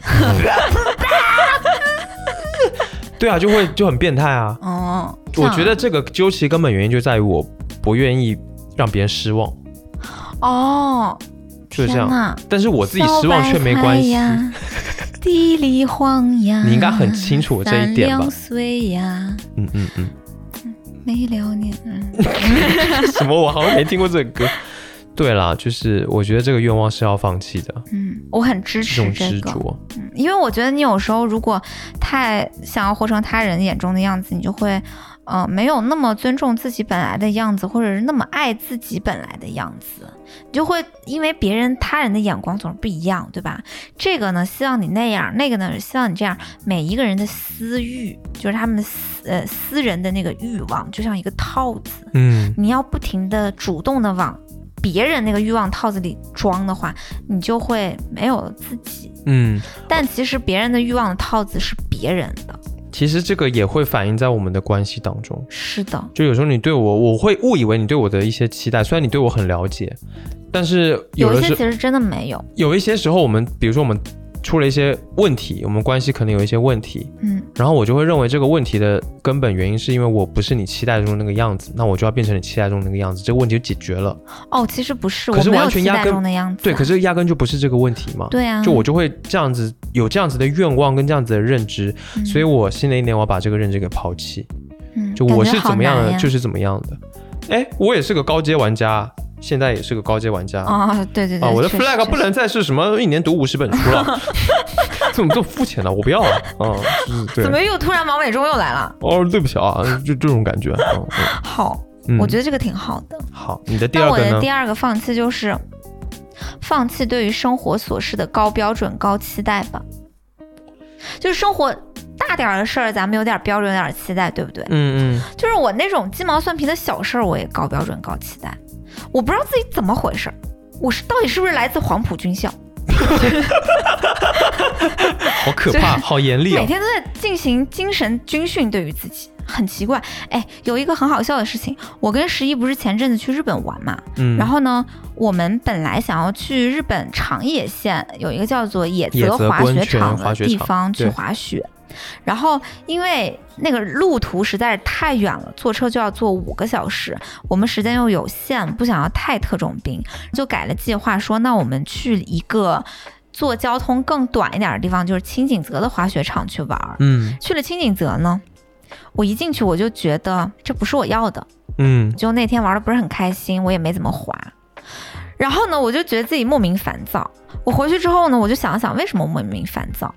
Speaker 2: 对啊，就会就很变态啊！
Speaker 3: 哦，这
Speaker 2: 我
Speaker 3: 样
Speaker 2: 觉得这个究其根本原因就在于我不愿意让别人失望，
Speaker 3: 哦，
Speaker 2: 就是这
Speaker 3: 天
Speaker 2: 样。
Speaker 3: 呐
Speaker 2: 但是我自己失望却没关系
Speaker 3: 小。白菜 呀。地里荒呀，
Speaker 2: 你应该很清楚这一点吧
Speaker 3: 三两岁呀，
Speaker 2: 嗯嗯嗯，
Speaker 3: 没了你，嗯，
Speaker 2: 什么？我好像没听过这个歌。对啦，就是我觉得这个愿望是要放弃的，
Speaker 3: 嗯，我很支
Speaker 2: 这
Speaker 3: 持
Speaker 2: 种
Speaker 3: 这
Speaker 2: 执
Speaker 3: 个，
Speaker 2: 着。
Speaker 3: 嗯因为我觉得你有时候如果太想要活成他人眼中的样子，你就会，呃，没有那么尊重自己本来的样子，或者是那么爱自己本来的样子，你就会因为别人他人的眼光总是不一样，对吧？这个呢，希望你那样；那个呢，希望你这样。每一个人的私欲，就是他们的私呃私人的那个欲望，就像一个套子，
Speaker 2: 嗯，
Speaker 3: 你要不停的主动的往别人那个欲望套子里装的话，你就会没有自己。
Speaker 2: 嗯，
Speaker 3: 但其实别人的欲望的套子是别人的，
Speaker 2: 其实这个也会反映在我们的关系当中。
Speaker 3: 是的，
Speaker 2: 就有时候你对我，我会误以为你对我的一些期待，虽然你对我很了解，但是有
Speaker 3: 一
Speaker 2: 的
Speaker 3: 些
Speaker 2: 时
Speaker 3: 其实真的没有，
Speaker 2: 有一些时候，我们比如说我们出了一些问题，我们关系可能有一些问题，
Speaker 3: 嗯，
Speaker 2: 然后我就会认为这个问题的根本原因是因为我不是你期待中的那个样子，那我就要变成你期待中的那个样子，这个问题就解决了。
Speaker 3: 哦，其实不是，
Speaker 2: 可是
Speaker 3: 我没有
Speaker 2: 完全
Speaker 3: 期
Speaker 2: 压
Speaker 3: 待
Speaker 2: 根
Speaker 3: 中的样子啊，
Speaker 2: 对，可是压根就不是这个问题嘛。
Speaker 3: 对啊，
Speaker 2: 就我就会这样子有这样子的愿望跟这样子的认知，
Speaker 3: 嗯，
Speaker 2: 所以我新的一年我要把这个认知给抛弃，
Speaker 3: 嗯，
Speaker 2: 就
Speaker 3: 感
Speaker 2: 我
Speaker 3: 觉
Speaker 2: 是
Speaker 3: 好
Speaker 2: 怎么样
Speaker 3: 难
Speaker 2: 的
Speaker 3: 呀
Speaker 2: 就是怎么样的。哎，我也是个高阶玩家，现在也是个高阶玩家啊
Speaker 3: 啊，对对对，
Speaker 2: 我的
Speaker 3: 确实
Speaker 2: flag
Speaker 3: 确
Speaker 2: 不
Speaker 3: 实
Speaker 2: 能再是什么一年读五十本书 了，怎么这么肤浅呢？我不要啊！嗯，就是对
Speaker 3: 怎么又突然王伟忠又来了？
Speaker 2: 哦，对不起啊，就这种感觉。嗯嗯
Speaker 3: 好，
Speaker 2: 嗯，
Speaker 3: 我觉得这个挺好的。
Speaker 2: 好，你的第
Speaker 3: 那
Speaker 2: 二
Speaker 3: 我
Speaker 2: 个
Speaker 3: 的
Speaker 2: 呢
Speaker 3: 第？二个放弃就是放弃对于生活琐事的高标准、高期待吧。就是生活大点儿的事儿，咱们有点标准，有点期待，对不对？
Speaker 2: 嗯嗯，
Speaker 3: 就是我那种鸡毛蒜皮的小事儿，我也高标准、高期待。我不知道自己怎么回事儿，我是到底是不是来自黄埔军校？
Speaker 2: 好可
Speaker 3: 就是
Speaker 2: 怕，好严厉
Speaker 3: 每
Speaker 2: 哦。
Speaker 3: 天都在进行精神军训，对于自己很奇怪。哎，有一个很好笑的事情，我跟十一不是前阵子去日本玩嘛，
Speaker 2: 嗯，
Speaker 3: 然后呢，我们本来想要去日本长野县有一个叫做野
Speaker 2: 野
Speaker 3: 泽
Speaker 2: 泽
Speaker 3: 滑
Speaker 2: 温
Speaker 3: 雪
Speaker 2: 泉
Speaker 3: 场
Speaker 2: 滑
Speaker 3: 的
Speaker 2: 雪
Speaker 3: 地
Speaker 2: 场
Speaker 3: 方去
Speaker 2: 对
Speaker 3: 滑雪，然后因为那个路途实在是太远了，坐车就要坐五个小时，我们时间又有限，不想要太特种兵，就改了计划说，那我们去一个坐交通更短一点的地方，就是青井泽的滑雪场去玩儿。
Speaker 2: 嗯
Speaker 3: 去了青井泽呢，我一进去我就觉得这不是我要的，
Speaker 2: 嗯
Speaker 3: 就那天玩的不是很开心，我也没怎么滑。然后呢，我就觉得自己莫名烦躁。我回去之后呢，我就想了想为什么莫名烦躁，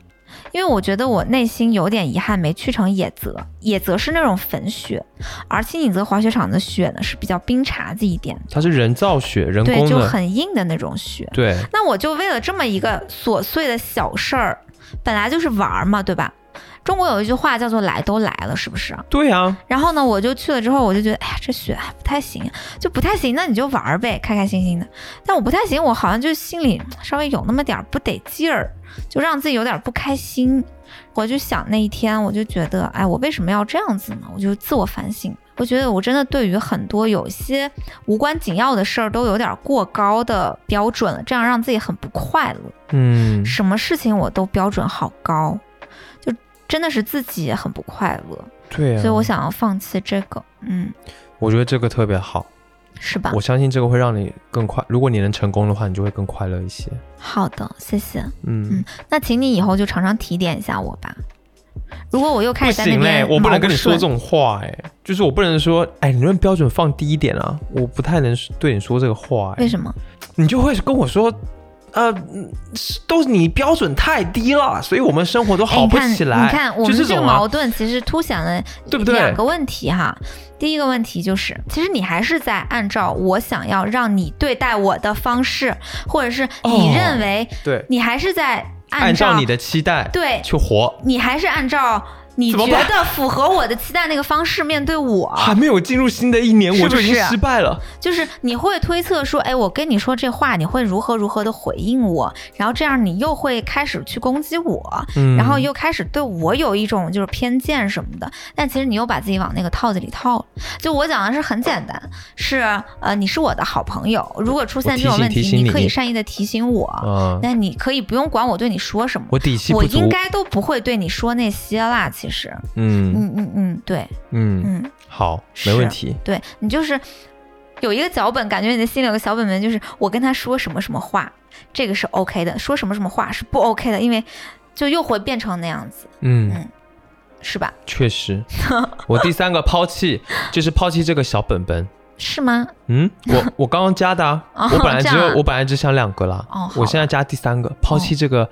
Speaker 3: 因为我觉得我内心有点遗憾没去成野泽。野泽是那种粉雪，而青井泽滑雪场的雪呢是比较冰碴子一点，
Speaker 2: 它是人造雪，人
Speaker 3: 对，
Speaker 2: 工
Speaker 3: 就
Speaker 2: 的，
Speaker 3: 很硬的那种雪。
Speaker 2: 对，
Speaker 3: 那我就为了这么一个琐碎的小事儿，本来就是玩儿嘛，对吧？中国有一句话叫做“来都来了”，是不是？
Speaker 2: 对啊，
Speaker 3: 然后呢，我就去了之后，我就觉得，哎呀，这雪哎不太行，就不太行。那你就玩儿呗，开开心心的。但我不太行，我好像就心里稍微有那么点儿不得劲儿，就让自己有点儿不开心。我就想那一天，我就觉得，哎，我为什么要这样子呢？我就自我反省。我觉得我真的对于很多有些无关紧要的事儿都有点儿过高的标准了，这样让自己很不快乐。
Speaker 2: 嗯，
Speaker 3: 什么事情我都标准好高，就真的是自己也很不快乐。
Speaker 2: 对啊。
Speaker 3: 所以我，想要放弃这个，嗯，
Speaker 2: 我觉得这个特别好，
Speaker 3: 是吧
Speaker 2: 我？相信这个会让你更快。如果你能成功的话，你就会更快乐一些。
Speaker 3: 好的，谢谢。
Speaker 2: 嗯
Speaker 3: 嗯，那请你以后就常常提点一下我吧。如果我又
Speaker 2: 不
Speaker 3: 开始在那
Speaker 2: 行嘞，
Speaker 3: 边
Speaker 2: 我不能跟你说这
Speaker 3: 毛不顺
Speaker 2: 种话哎，就是我不能说哎，你能不能标准放低一点啊？我不太能对你说这个话哎
Speaker 3: 为，什么？
Speaker 2: 你就会跟我说。呃，嗯是都是你标准太低了，所以我们生活都
Speaker 3: 哎，
Speaker 2: 好
Speaker 3: 你
Speaker 2: 不
Speaker 3: 看，
Speaker 2: 起来。
Speaker 3: 你看，我
Speaker 2: 就
Speaker 3: 们
Speaker 2: 这
Speaker 3: 这个
Speaker 2: 种啊
Speaker 3: 矛盾其实凸显了
Speaker 2: 对不对
Speaker 3: 两个问题哈。第一个问题就是，其实你还是在按照我想要让你对待我的方式，或者是你
Speaker 2: 哦
Speaker 3: 认为
Speaker 2: 对，
Speaker 3: 你还是在
Speaker 2: 按
Speaker 3: 照
Speaker 2: 照你的期待
Speaker 3: 对
Speaker 2: 去活。
Speaker 3: 你还是按照你
Speaker 2: 怎么
Speaker 3: 觉
Speaker 2: 办
Speaker 3: 得符合我的期待那个方式面对我，
Speaker 2: 还没有进入新的一年，
Speaker 3: 啊是不啊
Speaker 2: 我就已经
Speaker 3: 是
Speaker 2: 失败了。
Speaker 3: 就是你会推测说，哎，我跟你说这话，你会如何如何的回应我，然后这样你又会开始去攻击我，
Speaker 2: 嗯，
Speaker 3: 然后又开始对我有一种就是偏见什么的，但其实你又把自己往那个套子里套了。就我讲的是很简单，是呃，你是我的好朋友，如果出现这种问
Speaker 2: 我
Speaker 3: 题，
Speaker 2: 提醒提醒你
Speaker 3: 可以善意的提醒我，
Speaker 2: 嗯，
Speaker 3: 那你可以不用管我对你说什么，
Speaker 2: 我底气
Speaker 3: 我
Speaker 2: 不足。
Speaker 3: 应该都不会对你说那些啦。其实，
Speaker 2: 嗯
Speaker 3: 嗯嗯嗯，对，
Speaker 2: 嗯，
Speaker 3: 嗯，
Speaker 2: 好，
Speaker 3: 是
Speaker 2: 没问题。
Speaker 3: 对你就是有一个脚本，感觉你的心里有个小本本，就是我跟他说什么什么话，这个是 OK 的，说什么什么话是不 OK 的，因为就又会变成那样子，
Speaker 2: 嗯
Speaker 3: 嗯，是吧？
Speaker 2: 确 实。我第三个抛弃就是抛弃这个小本本。
Speaker 3: 是吗？
Speaker 2: 嗯， 我我刚刚加的啊，
Speaker 3: 哦
Speaker 2: 我本来只
Speaker 3: 这
Speaker 2: 有
Speaker 3: 样啊
Speaker 2: 我本来只想两个啦
Speaker 3: 哦，好
Speaker 2: 我现在加第三个，抛弃这个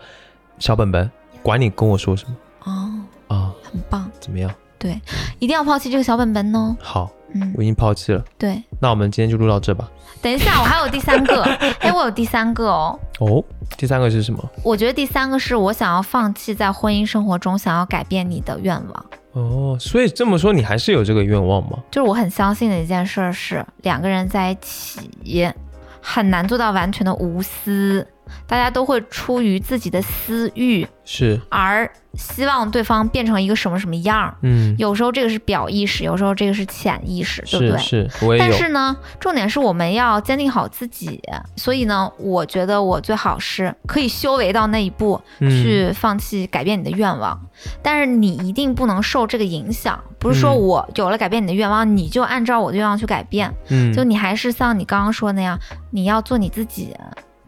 Speaker 2: 小本本，管你跟我说什么
Speaker 3: 哦，
Speaker 2: 啊，
Speaker 3: 很棒，
Speaker 2: 怎么样？
Speaker 3: 对，一定要抛弃这个小本本哦。
Speaker 2: 好，
Speaker 3: 嗯，
Speaker 2: 我已经抛弃了。
Speaker 3: 对。
Speaker 2: 那我们今天就录到这吧。
Speaker 3: 等一下，我还有第三 个，哎，我有第三个哦。
Speaker 2: 哦，第三个是什么？
Speaker 3: 我觉得第三个是我想要放弃在婚姻生活中想要改变你的愿望。
Speaker 2: 哦，所以这么说你还是有这个愿望吗？
Speaker 3: 就是我很相信的一件事儿是，两个人在一起很难做到完全的无私，大家都会出于自己的私欲
Speaker 2: 是，
Speaker 3: 而希望对方变成一个什么什么样儿。
Speaker 2: 嗯，
Speaker 3: 有时候这个是表意识，有时候这个是潜意识，对不
Speaker 2: 是
Speaker 3: 对？
Speaker 2: 是，我也
Speaker 3: 但
Speaker 2: 有。
Speaker 3: 是呢，重点是我们要坚定好自己，所以呢，我觉得我最好是可以修为到那一步，
Speaker 2: 嗯
Speaker 3: 去放弃改变你的愿望。但是你一定不能受这个影响，不是说
Speaker 2: 嗯
Speaker 3: 我有了改变你的愿望，你就按照我的愿望去改变，
Speaker 2: 嗯，
Speaker 3: 就你还是像你刚刚说那样，你要做你自己，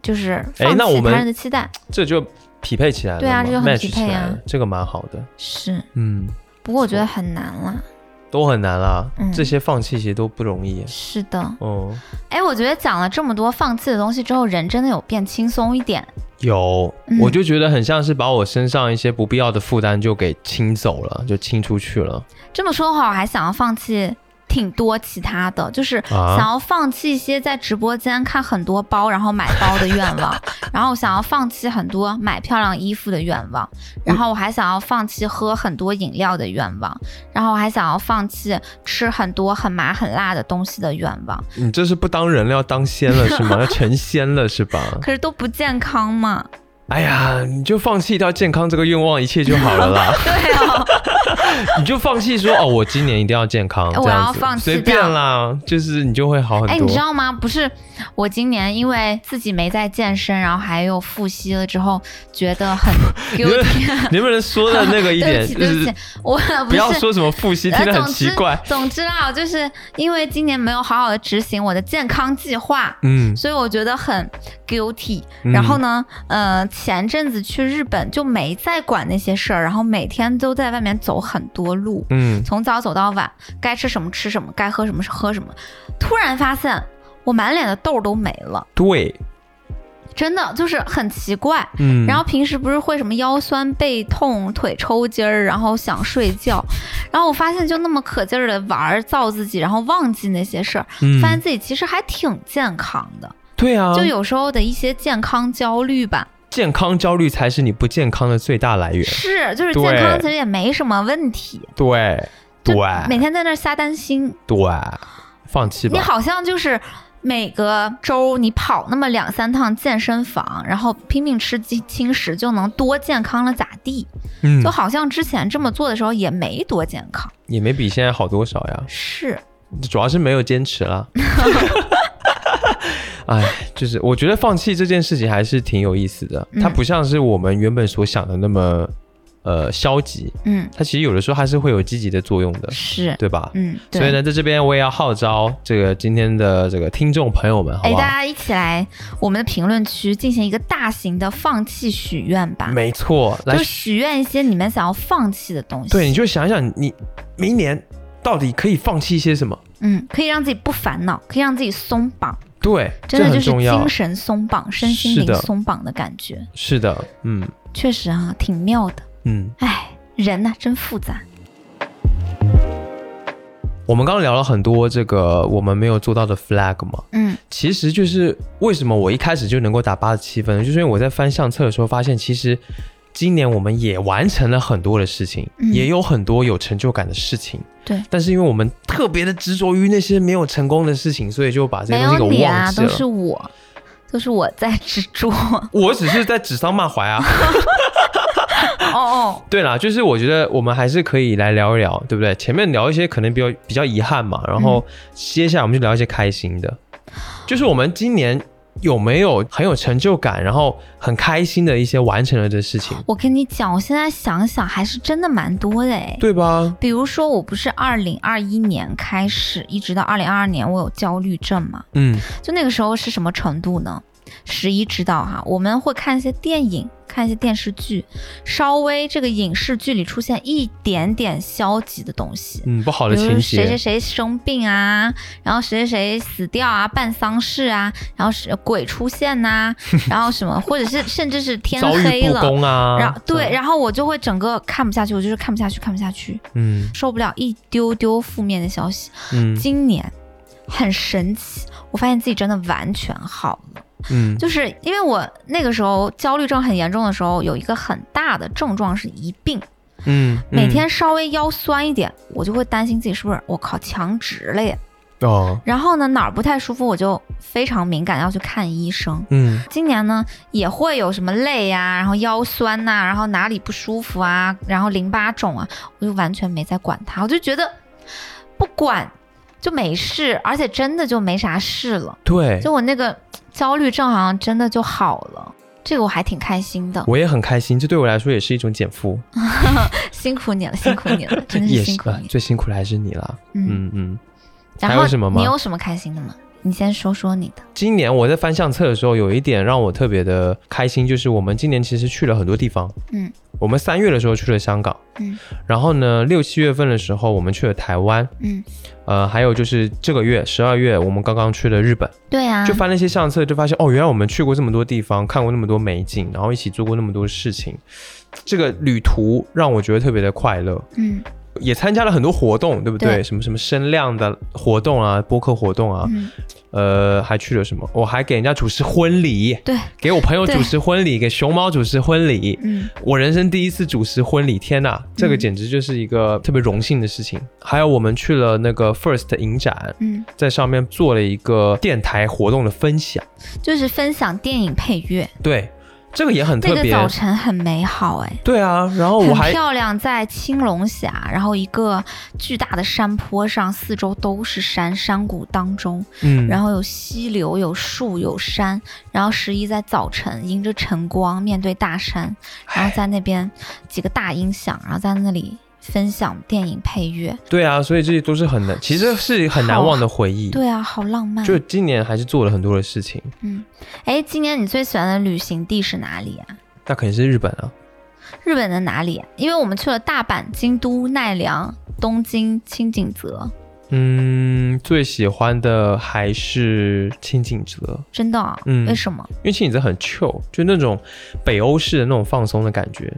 Speaker 3: 就是
Speaker 2: 哎
Speaker 3: 放
Speaker 2: 那我
Speaker 3: 弃
Speaker 2: 们
Speaker 3: 他人的期待。
Speaker 2: 这就匹配起来了嘛，
Speaker 3: 对啊这就很
Speaker 2: match
Speaker 3: 匹配啊
Speaker 2: 起来了这个蛮好的，
Speaker 3: 是，
Speaker 2: 嗯，
Speaker 3: 不过我觉得很难啦。
Speaker 2: 都很难啦，
Speaker 3: 嗯
Speaker 2: 这些放弃其实都不容易，
Speaker 3: 是的，
Speaker 2: 哦，
Speaker 3: 哎，我觉得讲了这么多放弃的东西之后，人真的有变轻松一点。
Speaker 2: 有，
Speaker 3: 嗯
Speaker 2: 我就觉得很像是把我身上一些不必要的负担就给清走了，就清出去了，
Speaker 3: 这么说的话，我还想要放弃挺多其他的，就是
Speaker 2: 啊
Speaker 3: 想要放弃一些在直播间看很多包然后买包的愿望，然后想要放弃很多买漂亮衣服的愿望，然后我还想要放弃喝很多饮料的愿望，然后我还想要放弃吃很多很麻很辣的东西的愿望，
Speaker 2: 你这是不当人了，要当仙了 是吗？要成仙了是吧？
Speaker 3: 可是都不健康嘛。
Speaker 2: 哎呀，你就放弃掉健康这个愿望，一切就好了啦。
Speaker 3: 对哦，
Speaker 2: 你就放弃说哦，我今年一定要健康，
Speaker 3: 哎我
Speaker 2: 这样
Speaker 3: 要
Speaker 2: 子
Speaker 3: 放弃
Speaker 2: 随
Speaker 3: 掉
Speaker 2: 便啦，就是你就会好很多。
Speaker 3: 哎，你知道吗？不是我今年因为自己没在健身，然后还有复吸了之后，觉得很 guilty。
Speaker 2: 你能不能说的那个一
Speaker 3: 对不
Speaker 2: 点，
Speaker 3: 起，
Speaker 2: 就
Speaker 3: 对不
Speaker 2: 是
Speaker 3: 起，我
Speaker 2: 不要
Speaker 3: 是。
Speaker 2: 说什么复习，
Speaker 3: 呃
Speaker 2: 听，得
Speaker 3: 总
Speaker 2: 很奇
Speaker 3: 之
Speaker 2: 怪。，
Speaker 3: 总之啊，就是因为今年没有好好的执行我的健康计划，
Speaker 2: 嗯，
Speaker 3: 所以我觉得很 guilty。
Speaker 2: 嗯
Speaker 3: 然后呢，呃，前阵子去日本就没再管那些事儿，然后每天都在外面走很多路，
Speaker 2: 嗯，
Speaker 3: 从早走到晚，该吃什么吃什么，该喝什么喝什么。突然发现我满脸的痘都没了，
Speaker 2: 对，
Speaker 3: 真的就是很奇怪。
Speaker 2: 嗯，
Speaker 3: 然后平时不是会什么腰酸背痛、腿抽筋儿，然后想睡觉，然后我发现就那么可劲儿的玩儿造自己，然后忘记那些事儿，
Speaker 2: 嗯
Speaker 3: 发现自己其实还挺健康的，
Speaker 2: 对啊，
Speaker 3: 就有时候的一些健康焦虑吧，
Speaker 2: 健康焦虑才是你不健康的最大来源。
Speaker 3: 是就是
Speaker 2: 对
Speaker 3: 健康其实也没什么问题，
Speaker 2: 对，
Speaker 3: 就
Speaker 2: 对，
Speaker 3: 每天在那儿瞎担心，
Speaker 2: 对，放弃
Speaker 3: 你
Speaker 2: 吧。
Speaker 3: 好像就是。每个周你跑那么两三趟健身房，然后拼命吃轻轻食，就能多健康了咋地？
Speaker 2: 嗯
Speaker 3: 就，好像之前这么做的时候也没多健康。
Speaker 2: 也没比现在好多少呀，
Speaker 3: 是，
Speaker 2: 主要是没有坚持 啦。哎，就是我觉得放弃这件事情还是挺有意思的，它
Speaker 3: 嗯
Speaker 2: 不像是我们原本所想的那么呃消极，
Speaker 3: 嗯，
Speaker 2: 它其实有的时候还是会有积极的作用的，
Speaker 3: 是，
Speaker 2: 对吧？
Speaker 3: 嗯，
Speaker 2: 所以。呢，在这边我也要号召这个今天的这个听众朋友们，好
Speaker 3: 哎，
Speaker 2: 不
Speaker 3: 大
Speaker 2: 好？
Speaker 3: 家一起来我们的评论区进行一个大型的放弃许愿吧，
Speaker 2: 没错，来
Speaker 3: 就，许愿一些你们想要放弃的东西。
Speaker 2: 对，你就想想你明年到底可以放弃一些什么？
Speaker 3: 嗯，可以让自己不烦恼，可以让自己松绑，
Speaker 2: 对，
Speaker 3: 真的
Speaker 2: 这
Speaker 3: 就
Speaker 2: 很
Speaker 3: 是
Speaker 2: 重
Speaker 3: 精
Speaker 2: 要。
Speaker 3: 神松绑、身心
Speaker 2: 是
Speaker 3: 灵
Speaker 2: 的
Speaker 3: 松绑的感觉，
Speaker 2: 是的，嗯
Speaker 3: 确实啊，挺妙的。
Speaker 2: 嗯，
Speaker 3: 哎，人呐、真复杂。
Speaker 2: 我们刚刚聊了很多这个我们没有做到的 flag 嘛，
Speaker 3: 嗯
Speaker 2: 其实就是为什么我一开始就能够打八十七分，就是因为我在翻相册的时候发现，其实今年我们也完成了很多的事情，
Speaker 3: 嗯
Speaker 2: 也有很多有成就感的事情。
Speaker 3: 对，
Speaker 2: 但是因为我们特别的执着于那些没有成功的事情，所以就把这
Speaker 3: 没
Speaker 2: 些东西
Speaker 3: 有
Speaker 2: 给
Speaker 3: 你
Speaker 2: 我
Speaker 3: 啊，
Speaker 2: 忘记
Speaker 3: 都
Speaker 2: 了。
Speaker 3: 是我，都是我在执 着。哦
Speaker 2: 我只是在指桑骂槐啊。
Speaker 3: 哦，
Speaker 2: 对啦，就是我觉得我们还是可以来聊一聊，对不对？前面聊一些可能比较比较遗憾嘛，然后
Speaker 3: 嗯
Speaker 2: 接下来我们就聊一些开心的，就是我们今年有没有很有成就感，然后很开心的一些完成了的事情，
Speaker 3: 我跟你讲，我现在想想还是真的蛮多的哎。
Speaker 2: 对吧？
Speaker 3: 比如说，我不是二零二一年开始，一直到二零二二年，我有焦虑症嘛？
Speaker 2: 嗯，
Speaker 3: 就那个时候是什么程度呢？十一知道哈，我们会看一些电影，看一些电视剧，稍微这个影视剧里出现一点点消极的东西，
Speaker 2: 嗯，不好的
Speaker 3: 比
Speaker 2: 情
Speaker 3: 如谁谁
Speaker 2: 节，
Speaker 3: 谁生病啊，然后谁谁谁死掉啊，办丧事啊，然后是鬼出现 呐、然后什么，或者是甚至是天
Speaker 2: 遭遇
Speaker 3: 黑
Speaker 2: 不
Speaker 3: 了，
Speaker 2: 公啊，
Speaker 3: 然后对，，然后我就会整个看不下去，我就是看不下去，看不下去，
Speaker 2: 嗯
Speaker 3: 受不了一丢丢负面的消息。
Speaker 2: 嗯
Speaker 3: 今年很神奇，我发现自己真的完全好了。
Speaker 2: 嗯，
Speaker 3: 就是因为我那个时候焦虑症很严重的时候，有一个很大的症状是疑病，
Speaker 2: 嗯，
Speaker 3: 每天稍微腰酸一点，我就会担心自己是不是我靠强直了耶。
Speaker 2: 嗯哦，
Speaker 3: 然后呢，哪儿不太舒服，我就非常敏感，要去看医生。
Speaker 2: 嗯
Speaker 3: 今年呢，也会有什么累呀、然后腰酸呐、然后哪里不舒服啊，然后淋巴肿啊，我就完全没在管它，我就觉得不管就没事，而且真的就没啥事了，
Speaker 2: 对，
Speaker 3: 就我那个焦虑症好像真的就好了。这个我还挺开心的，
Speaker 2: 我也很开心，这对我来说也是一种减负，
Speaker 3: 辛苦你了，辛苦你了，真的
Speaker 2: 也
Speaker 3: 是
Speaker 2: 是
Speaker 3: 辛苦
Speaker 2: 啊
Speaker 3: 你。
Speaker 2: 最辛苦的还是你啦，
Speaker 3: 嗯，
Speaker 2: 嗯嗯。
Speaker 3: 然
Speaker 2: 还
Speaker 3: 后
Speaker 2: 有什么吗
Speaker 3: 你有什么开心的吗？你先说说你的。
Speaker 2: 今年我在翻相册的时候，有一点让我特别的开心，就是我们今年其实去了很多地方。
Speaker 3: 嗯，
Speaker 2: 我们三月的时候去了香港，
Speaker 3: 嗯，
Speaker 2: 然后呢，六七月份的时候我们去了台湾，
Speaker 3: 嗯，
Speaker 2: 呃，还有就是这个月十二月我们刚刚去了日本，
Speaker 3: 对啊，
Speaker 2: 就翻那些相册，就发现哦，原来我们去过这么多地方，看过那么多美景，然后一起做过那么多事情，这个旅途让我觉得特别的快乐。
Speaker 3: 嗯
Speaker 2: 也参加了很多活动，对不对？
Speaker 3: 对
Speaker 2: 什么什么声量的活动啊，播客活动啊，
Speaker 3: 嗯，
Speaker 2: 呃，还去了什么？我还给人家主持婚礼，
Speaker 3: 对，
Speaker 2: 给我朋友
Speaker 3: 对
Speaker 2: 主持婚礼，给熊猫主持婚礼。
Speaker 3: 嗯
Speaker 2: 我人生第一次主持婚礼，天呐，这个简直就是一个特别荣幸的事情。还有我们去了那个 First 影展，
Speaker 3: 嗯，
Speaker 2: 在上面做了一个电台活动的分享，
Speaker 3: 就是分享电影配乐，
Speaker 2: 对，这个也很
Speaker 3: 那
Speaker 2: 特
Speaker 3: 个
Speaker 2: 别。
Speaker 3: 早晨很美好哎、
Speaker 2: 对啊，然后我
Speaker 3: 很
Speaker 2: 还
Speaker 3: 漂亮，在青龙峡，然后一个巨大的山坡上，四周都是山，山谷当中，
Speaker 2: 嗯，
Speaker 3: 然后有溪流，有树，有山，然后十一在早晨迎着晨光，面对大山，然后在那边几个大音响，然后在那里分享电影配乐，
Speaker 2: 对啊，所以这些都是很难，其实是很难忘的回忆。
Speaker 3: 对啊，好浪漫。
Speaker 2: 就今年还是做了很多的事情，
Speaker 3: 嗯，哎，今年你最喜欢的旅行地是哪里啊？
Speaker 2: 那肯定是日本啊。
Speaker 3: 日本的哪里、啊？因为我们去了大阪、京都、奈良、东京、青井泽，
Speaker 2: 嗯，最喜欢的还是清景泽，
Speaker 3: 真的、啊？
Speaker 2: 嗯
Speaker 3: 为什么？
Speaker 2: 因为清景泽很 chill，就那种北欧式的那种放松的感觉，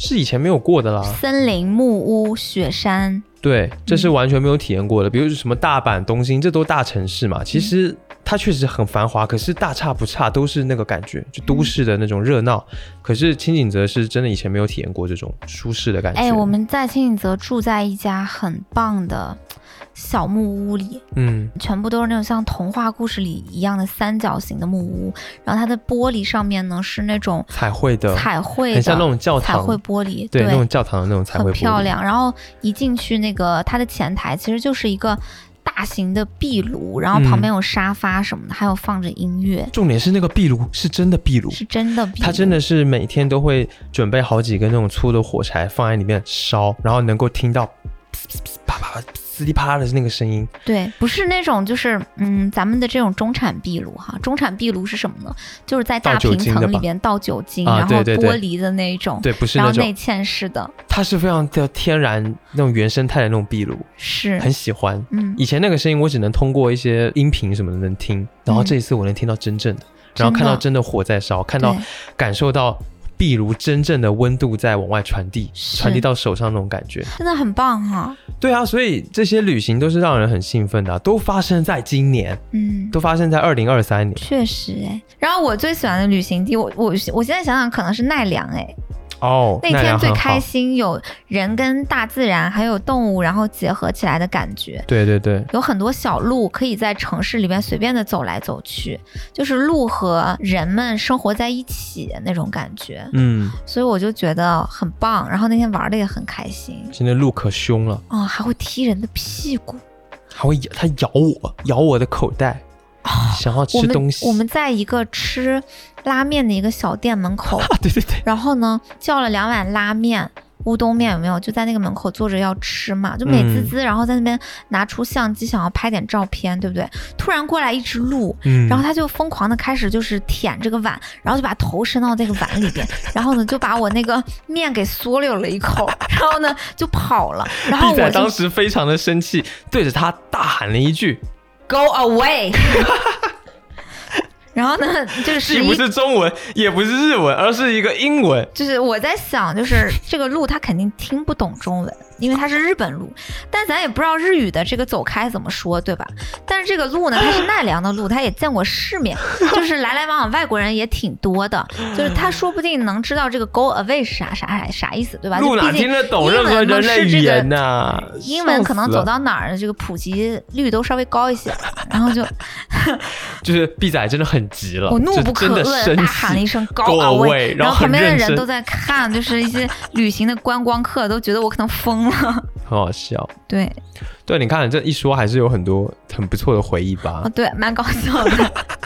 Speaker 2: 是以前没有过的啦。
Speaker 3: 森林、木屋、雪山，
Speaker 2: 对，这是完全没有体验过的。比如什么大阪、东京，这都大城市
Speaker 3: 嗯
Speaker 2: 嘛，其实它确实很繁华，可是大差不差，都是那个感觉，就都市的那种热闹。可是清景泽是真的以前没有体验过这种舒适的感觉。
Speaker 3: 哎，我们在青井泽住在一家很棒的小木屋里，
Speaker 2: 嗯
Speaker 3: 全部都是那种像童话故事里一样的三角形的木屋，然后它的玻璃上面呢是那种
Speaker 2: 彩绘的，
Speaker 3: 彩绘
Speaker 2: 嗯很
Speaker 3: 的，
Speaker 2: 像那种教
Speaker 3: 彩
Speaker 2: 堂，
Speaker 3: 绘玻璃，
Speaker 2: 对那种教堂的那种彩绘
Speaker 3: 很
Speaker 2: 玻璃
Speaker 3: 漂。亮。然后一进去，那个它的前台其实就是一个大型的壁炉，然后
Speaker 2: 嗯
Speaker 3: 旁边有沙发什么的，还有放着音乐，
Speaker 2: 重点是那个壁炉是真的壁炉，
Speaker 3: 是真的壁炉。
Speaker 2: 他真的是每天都会准备好几根那种粗的火柴放在里面烧，然后能够听到噗噗噗啪啪噼里啪啦的那个声音。
Speaker 3: 对，不是那种就是嗯，咱们的这种中产壁炉哈，中产壁炉是什么呢？就是在大
Speaker 2: 倒酒
Speaker 3: 平
Speaker 2: 精的
Speaker 3: 层里
Speaker 2: 吧
Speaker 3: 边倒酒精，
Speaker 2: 啊
Speaker 3: 然
Speaker 2: 对
Speaker 3: 后
Speaker 2: 对对
Speaker 3: 玻璃的那一种，
Speaker 2: 对，不是
Speaker 3: 然
Speaker 2: 那
Speaker 3: 后
Speaker 2: 种
Speaker 3: 内，嵌式的，
Speaker 2: 它是非常的天然那种原生态的那种壁炉，
Speaker 3: 是
Speaker 2: 很喜欢。
Speaker 3: 嗯，
Speaker 2: 以前那个声音我只能通过一些音频什么的能听，然后这一次我能听到真正的，然后看到真的火在烧，看到
Speaker 3: 对
Speaker 2: 感受到壁炉真正的温度在往外传递，
Speaker 3: 是
Speaker 2: 传递到手上那种感觉。
Speaker 3: 真的很棒哈，
Speaker 2: 对啊，所以这些旅行都是让人很兴奋的啊、都发生在今年，
Speaker 3: 嗯。
Speaker 2: 都发生在二零二三年。
Speaker 3: 确实哎，然后我最喜欢的旅行地，我我我现在想想可能是奈良哎，
Speaker 2: 哦，
Speaker 3: 那天
Speaker 2: 样
Speaker 3: 最
Speaker 2: 很
Speaker 3: 开
Speaker 2: 好。
Speaker 3: 心，有人跟大自然还有动物，然后结合起来的感觉。
Speaker 2: 对对对，
Speaker 3: 有很多小路可以在城市里边随便的走来走去，就是路和人们生活在一起那种感觉，
Speaker 2: 嗯，
Speaker 3: 所以我就觉得很棒。然后那天玩的也很开心，
Speaker 2: 现在鹿可凶了，
Speaker 3: 哦，还会踢人的屁股。
Speaker 2: 还会咬它咬我，咬我的口袋，想要
Speaker 3: 我
Speaker 2: 吃
Speaker 3: 们
Speaker 2: 东西。
Speaker 3: 啊我们在一个吃拉面的一个小店门 口，
Speaker 2: 啊，对对对，
Speaker 3: 然后呢叫了两碗拉面。乌冬面有没有？就在那个门口坐着要吃嘛，就美滋
Speaker 2: 嗯
Speaker 3: 滋，然后在那边拿出相机想要拍点照片，对不对？突然过来一只鹿，
Speaker 2: 嗯，
Speaker 3: 然后他就疯狂的开始就是舔这个碗，然后就把头伸到这个碗里边，然后呢就把我那个面给嗦溜了一口，然后呢就跑了，然后
Speaker 2: 弟仔
Speaker 3: 我就
Speaker 2: 当时非常的生气，对着他大喊了一句
Speaker 3: go away，然后呢就是：“
Speaker 2: 既
Speaker 3: 十
Speaker 2: 不
Speaker 3: 一
Speaker 2: 是中文，也不是日文，而是一个英文。
Speaker 3: 就是我在想， 就是这个鹿它肯定听不懂中文，因为它是日本鹿，但咱也不知道日语的这个走开怎么说，对吧？但是这个鹿呢，它是奈良的鹿，它也见过世面，就是来来往往外国人也挺多的，就是他说不定能知道这个 go away 是啥啥啥啥意思，对”吧？
Speaker 2: 鹿
Speaker 3: 就
Speaker 2: 哪
Speaker 3: 毕竟
Speaker 2: 听得懂
Speaker 3: 英
Speaker 2: 任何
Speaker 3: 文
Speaker 2: 人
Speaker 3: 嘛是
Speaker 2: 类
Speaker 3: 这
Speaker 2: 语
Speaker 3: 个
Speaker 2: 言呐、
Speaker 3: 英文可能
Speaker 2: 笑死
Speaker 3: 走
Speaker 2: 了
Speaker 3: 到哪儿，这个普及率都稍微高一些，然 后就
Speaker 2: 就是毕仔真的很急了，
Speaker 3: 我怒
Speaker 2: 就
Speaker 3: 不可
Speaker 2: 真的
Speaker 3: 遏，
Speaker 2: 生
Speaker 3: 大喊了一
Speaker 2: 气。
Speaker 3: 声
Speaker 2: Go
Speaker 3: “Go away”，
Speaker 2: away，然
Speaker 3: 然
Speaker 2: 后
Speaker 3: 后
Speaker 2: 很
Speaker 3: 旁边的
Speaker 2: 认
Speaker 3: 人
Speaker 2: 真
Speaker 3: 都在看，就是一些旅行的观光客都觉得我可能疯了。
Speaker 2: 很好笑。
Speaker 3: 对，
Speaker 2: 对，你看这一说还是有很多很不错的回忆吧
Speaker 3: 哦，？对，蛮搞笑的。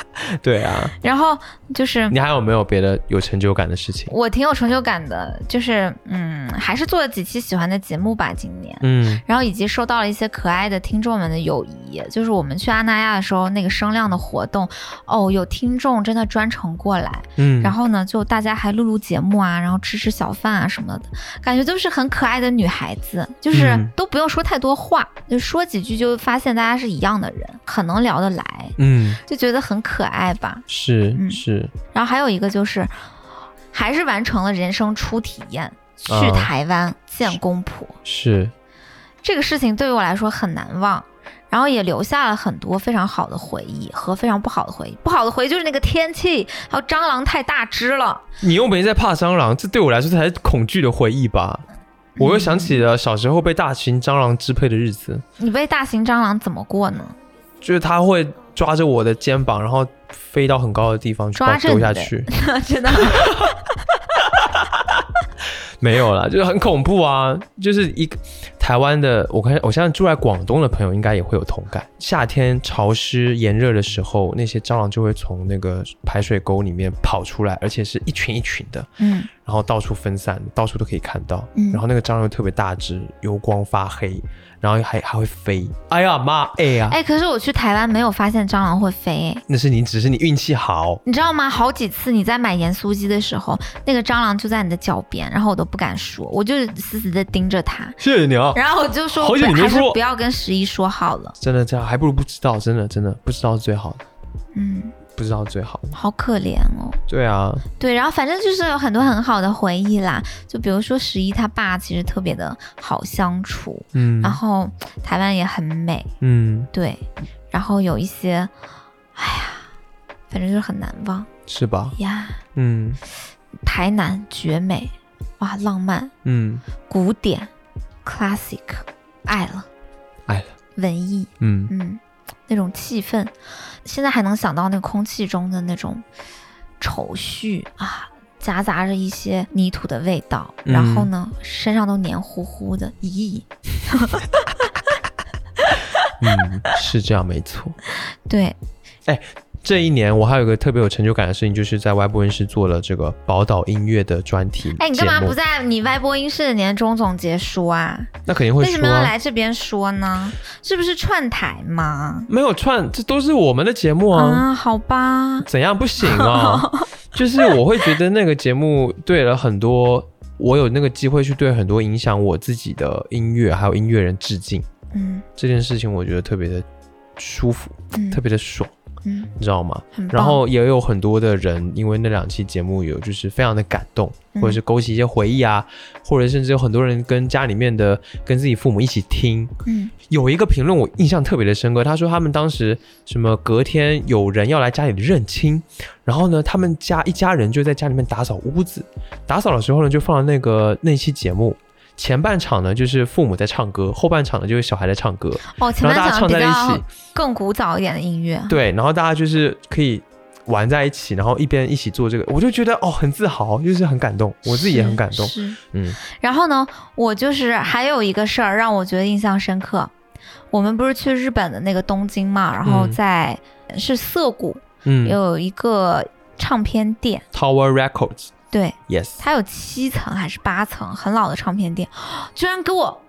Speaker 3: 嗯
Speaker 2: 对啊，
Speaker 3: 然后就是
Speaker 2: 你还有没有别的有成就感的 事情？
Speaker 3: 我挺有成就感的，就是嗯，还是做了几期喜欢的节目吧，今年。
Speaker 2: 嗯，
Speaker 3: 然后以及收到了一些可爱的听众们的友谊，就是我们去阿那亚的时候那个声量的活动，哦，有听众真的专程过来，
Speaker 2: 嗯，
Speaker 3: 然后呢，就大家还录录节目啊，然后吃吃小饭啊什么的，感觉都是很可爱的女孩子，就是
Speaker 2: 嗯
Speaker 3: 都不用说太多话，就说几句就发现大家是一样的人，很能聊得来，
Speaker 2: 嗯，
Speaker 3: 就觉得很可爱吧。
Speaker 2: 是
Speaker 3: 嗯
Speaker 2: 是，
Speaker 3: 然后还有一个就是，还是完成了人生初体验，去
Speaker 2: 啊
Speaker 3: 台湾见公婆，
Speaker 2: 是，
Speaker 3: 这个事情对于我来说很难忘。然后也留下了很多非常好的回忆和非常不好的回忆。不好的回忆就是那个天气，还有蟑螂太大只了，
Speaker 2: 你又没在怕蟑螂，这对我来说才是恐惧的回忆吧。我又想起了小时候被大型蟑螂支配的日子，
Speaker 3: 你被大型蟑螂怎么过呢？
Speaker 2: 就是它会抓着我的肩膀，然后飞到很高的地方去把我
Speaker 3: 抓着
Speaker 2: 丢
Speaker 3: 你
Speaker 2: 下
Speaker 3: 的
Speaker 2: 去。
Speaker 3: 真的，
Speaker 2: 没有啦，就是很恐怖啊！就是一个台湾的，我看我现在住在广东的朋友应该也会有同感。夏天潮湿炎热的时候，那些蟑螂就会从那个排水沟里面跑出来，而且是一群一群的，
Speaker 3: 嗯，
Speaker 2: 然后到处分散，到处都可以看到。
Speaker 3: 嗯
Speaker 2: 然后那个蟑螂又特别大只，油光发黑，然后还还会飞。哎呀妈，哎呀，
Speaker 3: 哎，可是我去台湾没有发现蟑螂会飞，哎，
Speaker 2: 那是你，只是你运气好。
Speaker 3: 你知道吗？好几次你在买盐酥鸡的时候，那个蟑螂就在你的脚边，然后我都不敢说，我就死死的盯着它，
Speaker 2: 谢谢你啊！
Speaker 3: 然后我就说，
Speaker 2: 好久你没
Speaker 3: 还是
Speaker 2: 说
Speaker 3: 不要跟十一说好了，
Speaker 2: 真的这样还不如不知道，真的真的不知道是最好的，
Speaker 3: 嗯，
Speaker 2: 不知道是最好的。
Speaker 3: 好可怜哦。
Speaker 2: 对啊，
Speaker 3: 对，然后反正就是有很多很好的回忆啦，就比如说十一他爸其实特别的好相处，
Speaker 2: 嗯
Speaker 3: 然后台湾也很美，
Speaker 2: 嗯，
Speaker 3: 对，然后有一些，哎呀，反正就是很难忘
Speaker 2: 是吧？
Speaker 3: 呀。
Speaker 2: 嗯
Speaker 3: 台南绝美，哇，浪漫、
Speaker 2: 嗯，
Speaker 3: 古典、classic，爱了，
Speaker 2: 爱了，
Speaker 3: 文艺，
Speaker 2: 嗯，
Speaker 3: 嗯，那种气氛，现在还能想到那空气中的那种愁绪啊。夹杂着一些泥土的味道，
Speaker 2: 嗯
Speaker 3: 然后呢，身上都黏糊糊的，咦，
Speaker 2: 嗯，是这样，没错。
Speaker 3: 对，
Speaker 2: 这一年我还有一个特别有成就感的事情，就是在外部温室做了这个宝岛音乐的专题
Speaker 3: 哎，你干嘛
Speaker 2: 节目
Speaker 3: 不在你歪播音室的年终总结说啊？
Speaker 2: 那肯定会
Speaker 3: 为什么
Speaker 2: 说、
Speaker 3: 要
Speaker 2: 啊。
Speaker 3: 来这边说呢？是不是串台嘛？
Speaker 2: 没有串，这都是我们的节目啊，
Speaker 3: 啊，好吧，
Speaker 2: 怎样不行 啊？就是我会觉得那个节目对了很多，我有那个机会去对很多影响我自己的音乐还有音乐人致敬，
Speaker 3: 嗯
Speaker 2: 这件事情我觉得特别的舒服，
Speaker 3: 嗯
Speaker 2: 特别的爽。
Speaker 3: 嗯，
Speaker 2: 你知道吗？
Speaker 3: 很棒
Speaker 2: 然后也有很多的人，因为那两期节目有就是非常的感动，
Speaker 3: 嗯
Speaker 2: 或者是勾起一些回忆啊，或者甚至有很多人跟家里面的跟自己父母一起听。
Speaker 3: 嗯
Speaker 2: 有一个评论我印象特别的深刻，他说他们当时什么隔天有人要来家里认亲，然后呢，他们家一家人就在家里面打扫屋子，打扫的时候呢就放了那个那期节目。前半场呢，就是父母在唱歌；后半场呢，就是小孩在唱歌。
Speaker 3: 哦，前
Speaker 2: 然
Speaker 3: 面
Speaker 2: 后大家
Speaker 3: 讲的
Speaker 2: 唱
Speaker 3: 比
Speaker 2: 在一起
Speaker 3: 较，更古早一点的音 乐，
Speaker 2: 对，然后大家就是可以玩在一起，然后一边一起做这个，我就觉得哦，很自豪，就是很感动，我自己也很感动。
Speaker 3: 是是
Speaker 2: 嗯
Speaker 3: 然后呢，我就是还有一个事儿让我觉得印象深刻。我们不是去日本的那个东京嘛，然后
Speaker 2: 嗯
Speaker 3: 在、是涩谷
Speaker 2: 嗯
Speaker 3: 有一个唱片店，
Speaker 2: ，Tower Records，Yes，
Speaker 3: 对，它有七层还是八层，很老的唱片店，居然给我